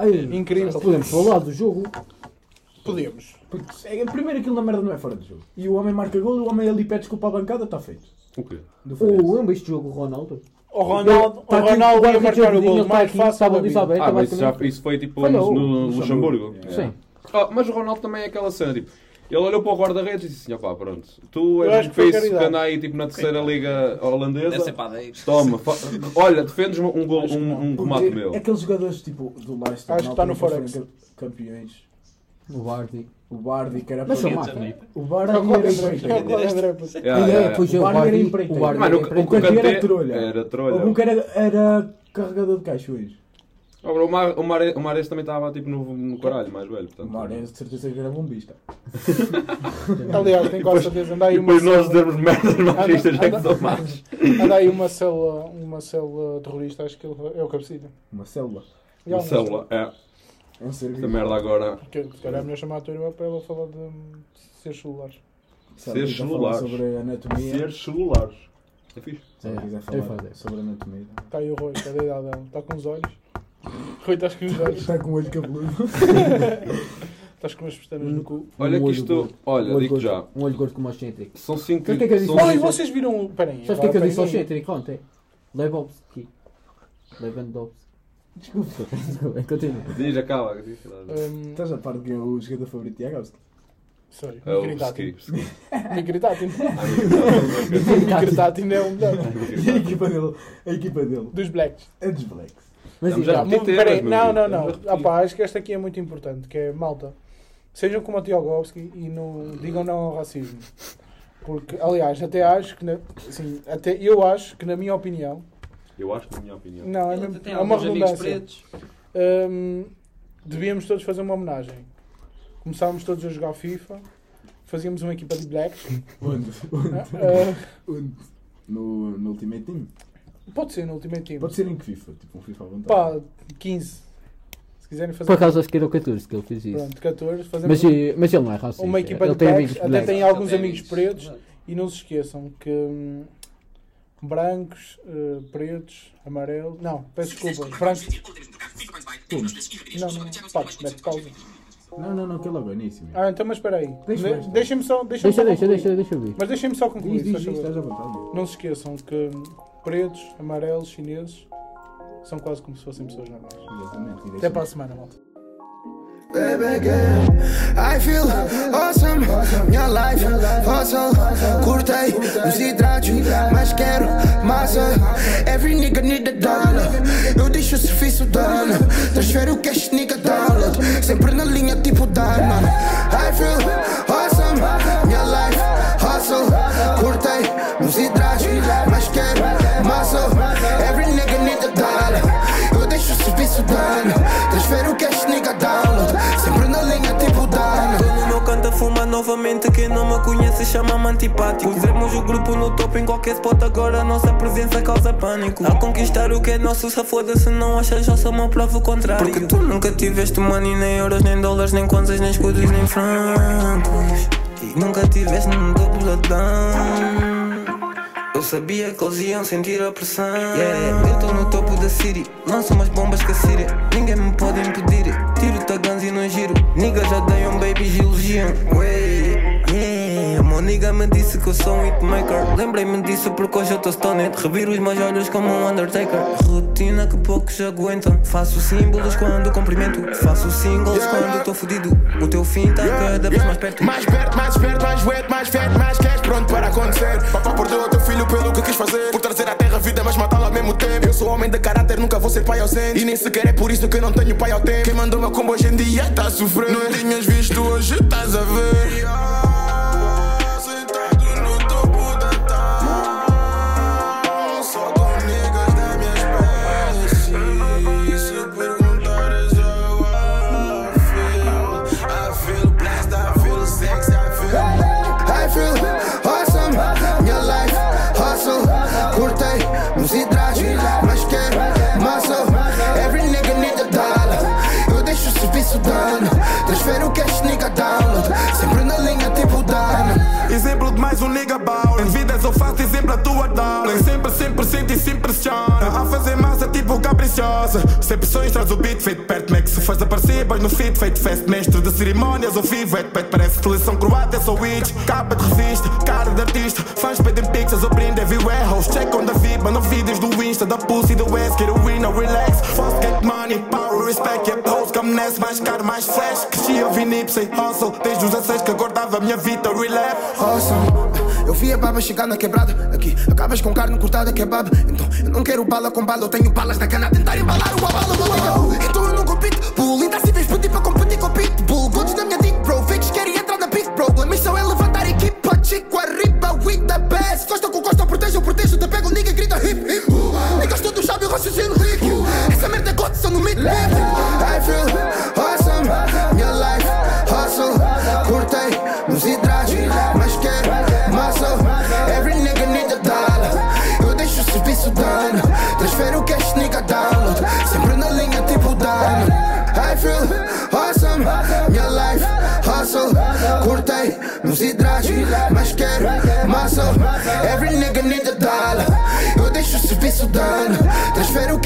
Speaker 2: Ei,
Speaker 3: Incrível.
Speaker 2: podemos falar do jogo.
Speaker 3: Podemos.
Speaker 6: Porque, é, primeiro aquilo na merda não é fora do jogo. E o homem marca gol, o homem ali pede desculpa à bancada, está feito.
Speaker 4: O quê?
Speaker 6: Do
Speaker 2: Oh, lembra este jogo, Ronaldo?
Speaker 3: O Ronaldo, o
Speaker 2: Tá aqui,
Speaker 3: Ronaldo ia
Speaker 2: guarda
Speaker 3: marcar o
Speaker 2: Jorginho,
Speaker 3: gol
Speaker 2: tá
Speaker 3: mais
Speaker 2: aqui,
Speaker 3: fácil
Speaker 2: estava
Speaker 3: da
Speaker 2: ali,
Speaker 3: vida.
Speaker 2: sabe?
Speaker 4: Ah, mas isso, já,
Speaker 2: basicamente.
Speaker 4: isso foi tipo
Speaker 2: Falhou.
Speaker 4: no, no Luxemburgo.
Speaker 6: Luxemburgo.
Speaker 4: É.
Speaker 2: Sim.
Speaker 4: Ah, mas o Ronaldo também é aquela cena, tipo, ele olhou para o guarda-redes e disse assim, opá, pronto, tu
Speaker 3: Eu
Speaker 4: és
Speaker 3: acho
Speaker 4: um
Speaker 3: que foi
Speaker 4: fez que
Speaker 3: caridade.
Speaker 4: anda aí tipo, na terceira liga
Speaker 5: Deve ser
Speaker 4: holandesa,
Speaker 5: padeiro.
Speaker 4: toma, fa- olha, defendes um, gol, um, um remate meu.
Speaker 6: É aqueles jogadores tipo do Leicester.
Speaker 3: Acho que
Speaker 6: na
Speaker 3: está no
Speaker 6: altura
Speaker 3: Forex.
Speaker 6: foram cam- Campeões.
Speaker 2: O Bardi.
Speaker 6: O Bardi, que era
Speaker 2: Mas são né?
Speaker 6: para-
Speaker 2: marca.
Speaker 4: né?
Speaker 6: O Bardi era empreiteiro.
Speaker 4: É,
Speaker 2: Ah,
Speaker 4: é,
Speaker 2: é,
Speaker 4: é.
Speaker 2: pois é,
Speaker 6: O
Speaker 2: o
Speaker 6: Bardi era
Speaker 2: Bardi.
Speaker 6: empreiteiro.
Speaker 2: O Bardi
Speaker 4: Mano,
Speaker 2: era
Speaker 4: o, o
Speaker 2: empreiteiro.
Speaker 6: Kanté é, era um
Speaker 4: Kanté
Speaker 6: trolha.
Speaker 4: era trolha.
Speaker 6: Algum que era, era carregador de caixões.
Speaker 8: Oh, bro, o, Mar, o, Mare- o Mares também estava tipo no, no caralho, mais velho. Portanto,
Speaker 6: Mora, é de certeza que era bombista.
Speaker 3: Aliás, tenho quase certeza. Anda aí
Speaker 8: E
Speaker 3: uma
Speaker 8: depois nós
Speaker 3: célula,
Speaker 8: dizemos merdas machistas é que
Speaker 3: anda-
Speaker 8: são mais.
Speaker 3: anda aí uma célula, uma célula terrorista, acho que ele é o cabecilha.
Speaker 6: Uma célula.
Speaker 3: E há um
Speaker 8: Uma célula, é.
Speaker 6: É um ser
Speaker 8: Esta
Speaker 6: vivo.
Speaker 8: merda agora.
Speaker 3: Que, se calhar é melhor chamar a tua irmã para ela falar de hum, ser celular.
Speaker 6: Se ela
Speaker 8: Ser
Speaker 6: quiser falar
Speaker 8: celulares.
Speaker 6: Sobre anatomia.
Speaker 8: Ser celulares. É fixe.
Speaker 6: Se ela quiser
Speaker 2: É,
Speaker 6: falar
Speaker 2: fazer.
Speaker 6: sobre anatomia.
Speaker 3: Está aí o Rui, cadê a idade dela? Está com os olhos? Rui, estás com os olhos?
Speaker 6: Está com o olho cabeludo.
Speaker 3: Estás com as pestanas no
Speaker 4: Hum.
Speaker 3: cu.
Speaker 8: Olha
Speaker 2: Um
Speaker 8: que
Speaker 2: olho
Speaker 8: isto.
Speaker 2: gordo. Um
Speaker 8: Olha,
Speaker 2: olho
Speaker 8: digo
Speaker 2: gordo-
Speaker 8: já.
Speaker 2: Um olho gordo como o Centric.
Speaker 8: São 5
Speaker 2: Sabes o que é que eu disse?
Speaker 8: são
Speaker 2: Olha,
Speaker 3: Oh, e
Speaker 8: cinco-
Speaker 3: vocês viram... Peraí,
Speaker 2: Sabes o que é que eu
Speaker 3: agora
Speaker 2: disse ao
Speaker 3: apanhei.
Speaker 2: Centric ontem? Lewandowski. Lewandowski. Desculpa, desculpa, continua.
Speaker 8: Diz, acaba.
Speaker 3: Hum,
Speaker 6: Estás a par de quem é o jogador favorito de Tiago? Alves?
Speaker 3: Sorry,
Speaker 8: É o
Speaker 3: Micritatin.
Speaker 8: ski, ski.
Speaker 3: Micritatin.
Speaker 8: Ah, não, não, não,
Speaker 3: Micritatin é o melhor.
Speaker 6: E a equipa dele? A equipa dele?
Speaker 3: Dos Blacks.
Speaker 6: É dos Blacks.
Speaker 2: Mas
Speaker 8: Vamos
Speaker 2: diz
Speaker 8: já.
Speaker 2: lá,
Speaker 3: Tá,
Speaker 8: repetir
Speaker 3: mu-
Speaker 8: temas,
Speaker 3: peraí,
Speaker 8: meu
Speaker 3: não,
Speaker 8: amigo.
Speaker 3: não,
Speaker 8: Vamos
Speaker 3: não.
Speaker 8: repetir.
Speaker 3: Ah, pá, acho que esta aqui é muito importante, que é malta. Sejam como o Tiagovski e não digam não ao racismo. Porque, aliás, até acho que, na, assim, até eu acho que, na minha opinião,
Speaker 8: Eu acho que, na minha opinião.
Speaker 3: não, é,
Speaker 5: Ele
Speaker 3: mesmo,
Speaker 5: tem
Speaker 3: é uma
Speaker 5: alguns amigos
Speaker 3: redundância.
Speaker 5: pretos.
Speaker 3: Hum, devíamos todos fazer uma homenagem. Começávamos todos a jogar FIFA, fazíamos uma equipa de blacks.
Speaker 6: Onde?
Speaker 3: Ah,
Speaker 6: Onde? No, no Ultimate Team?
Speaker 3: ah, pode ser no Ultimate Team.
Speaker 6: Pode ser em que FIFA? Tipo um FIFA à vontade.
Speaker 3: Pá, 15. Se quiserem fazer.
Speaker 2: Por acaso acho que era o 14 que ele fez isso.
Speaker 3: Pronto, 14. Fazemos
Speaker 2: Mas, eh, mas ele não é racista.
Speaker 3: uma equipa
Speaker 2: ele
Speaker 3: de
Speaker 2: tem
Speaker 3: blacks,
Speaker 2: amigos
Speaker 3: até
Speaker 2: black.
Speaker 3: tem
Speaker 5: Ele
Speaker 3: alguns amigos
Speaker 5: amigos.
Speaker 3: pretos.
Speaker 5: Exato.
Speaker 3: E não se esqueçam que hum, brancos, eh, pretos, amarelos. Não, peço desculpa. Brancos. Não, não, pá, mete pausa.
Speaker 6: Não, não, não, que é logo é início. mesmo.
Speaker 3: Ah, então, mas espera aí.
Speaker 6: Deixa-
Speaker 3: De- Deixem-me só. Deixa,
Speaker 2: Deixa, deixa, deixa, deixa eu ver.
Speaker 3: Mas deixem-me só concluir. se
Speaker 6: Diz, diz,
Speaker 3: faz
Speaker 6: diz,
Speaker 3: favor.
Speaker 6: estás à vontade.
Speaker 3: Não se esqueçam que hum, pretos, amarelos, chineses são quase como se fossem pessoas normais.
Speaker 6: Exatamente. e
Speaker 3: Até para a semana, malta.
Speaker 9: baby girl. I feel awesome, minha life hustle. Curtei os hidratos, mas quero massa. Every nigga need a dollar. Eu deixo o serviço dano, transfero o cash nigga dollar. Sempre na linha tipo Dana. I feel awesome, minha life hustle. Curtei os hidratos, mas quero massa. Every nigga need a dollar. Eu deixo o serviço dano, transfero o cash nigga download. Sempre na linha tipo dano.
Speaker 10: Tô no meu canto a fumar novamente. Quem não me conhece chama-me antipático. Pusemos o grupo no topo em qualquer spot. Agora a nossa presença causa pânico. A conquistar o que é nosso, se foda se não achas, já só uma prova o contrário. Porque tu nunca tiveste money, nem euros, nem dólares, nem kwanzas, nem escudos, nem francos. Nunca tiveste um num topo ladrão. Eu sabia que eles iam sentir a pressão. Yeah, eu estou no topo da city, lanço umas bombas que a Síria. Ninguém me pode impedir. Tiro tagans e não giro. Nigga já dei um baby e elogiam. Wey, yeah. Meu nigga me disse que eu sou um hitmaker. Lembrei-me disso porque hoje eu tô stoned. Reviro os meus olhos como um Undertaker. Rotina que poucos aguentam. Faço símbolos quando cumprimento. Faço singles quando tô fudido. O teu fim tá cada vez mais perto.
Speaker 9: Mais perto, mais perto, mais wet, mais fed, mais cash, pronto para acontecer. Papá perdeu o teu filho pelo que quis fazer. Por trazer à terra a vida, mas matá-la ao mesmo tempo. Eu sou homem de caráter, nunca vou ser pai ausente. E nem sequer é por isso que não tenho pai ao tempo. Quem mandou uma combo hoje em dia tá a sofrer. Não tinhas visto hoje, estás a ver. Sentado no topo da town, só com niggas da minha espécie. E se perguntares, eu I feel, I feel blessed, I feel sexy, I feel. I feel awesome, minha life hustle. Curtei uns hidratos, mas quero muscle. Every nigga need a dollar. Eu deixo o serviço dano, transfero o cash nigga download. Sempre na linha tipo dano.
Speaker 10: Exemplo de mais um nigga bala. Em vidas eu faço exemplo a tua down. Sempre, sempre sente e se impressiona. A fazer massa tipo caprichosa. Sem pressões traz o beat feito perto, como é que se faz aparecer? Bas no feed feito fest, mestre de cerimónias ao vivo. É de pet, parece seleção croata, é só witch. Capa de revista, cara de artista. Fãs pedem pixels, é eu brindo everywhere. House check on the feed, mano vídeos do Insta, da Pussy, do West. Get a winner, relax. First get money, power, respect. Yep, hoes come next, mais caro, mais flash. Cresci a vinip sem hustle. Desde os 16 que acordava a minha vida, relap.
Speaker 9: awesome. Eu vi a baba chegar na quebrada aqui. Acabas com carne cortada, kebab. Então eu não quero bala com bala, eu tenho balas na cana a tentar embalar o abalo. do liga. Então eu não compito, bull. Intacíveis pedir para competir com pitbull. Godos na minha dick, bro. Fakes querem entrar na big bro. A missão é levantar equipa, chico, arriba, with the best. Costa com costa, protejo, protejo. Te pego, liga, grita hip hip. Niggas todos sabem o raciocínio rico. Essa merda é foda-se, eu não meto medo. I feel awesome, minha life, hustle. Cortei nos hidratos, mas quero muscle. Every nigga need a dollar. Eu deixo o serviço dano, transfero o cash, nigga download. Sempre na linha, tipo dano. I feel awesome, minha life, hustle. Cortei nos hidratos, mas quero muscle. Every nigga need a dollar. Eu deixo o serviço dano, transfero o cash. tipo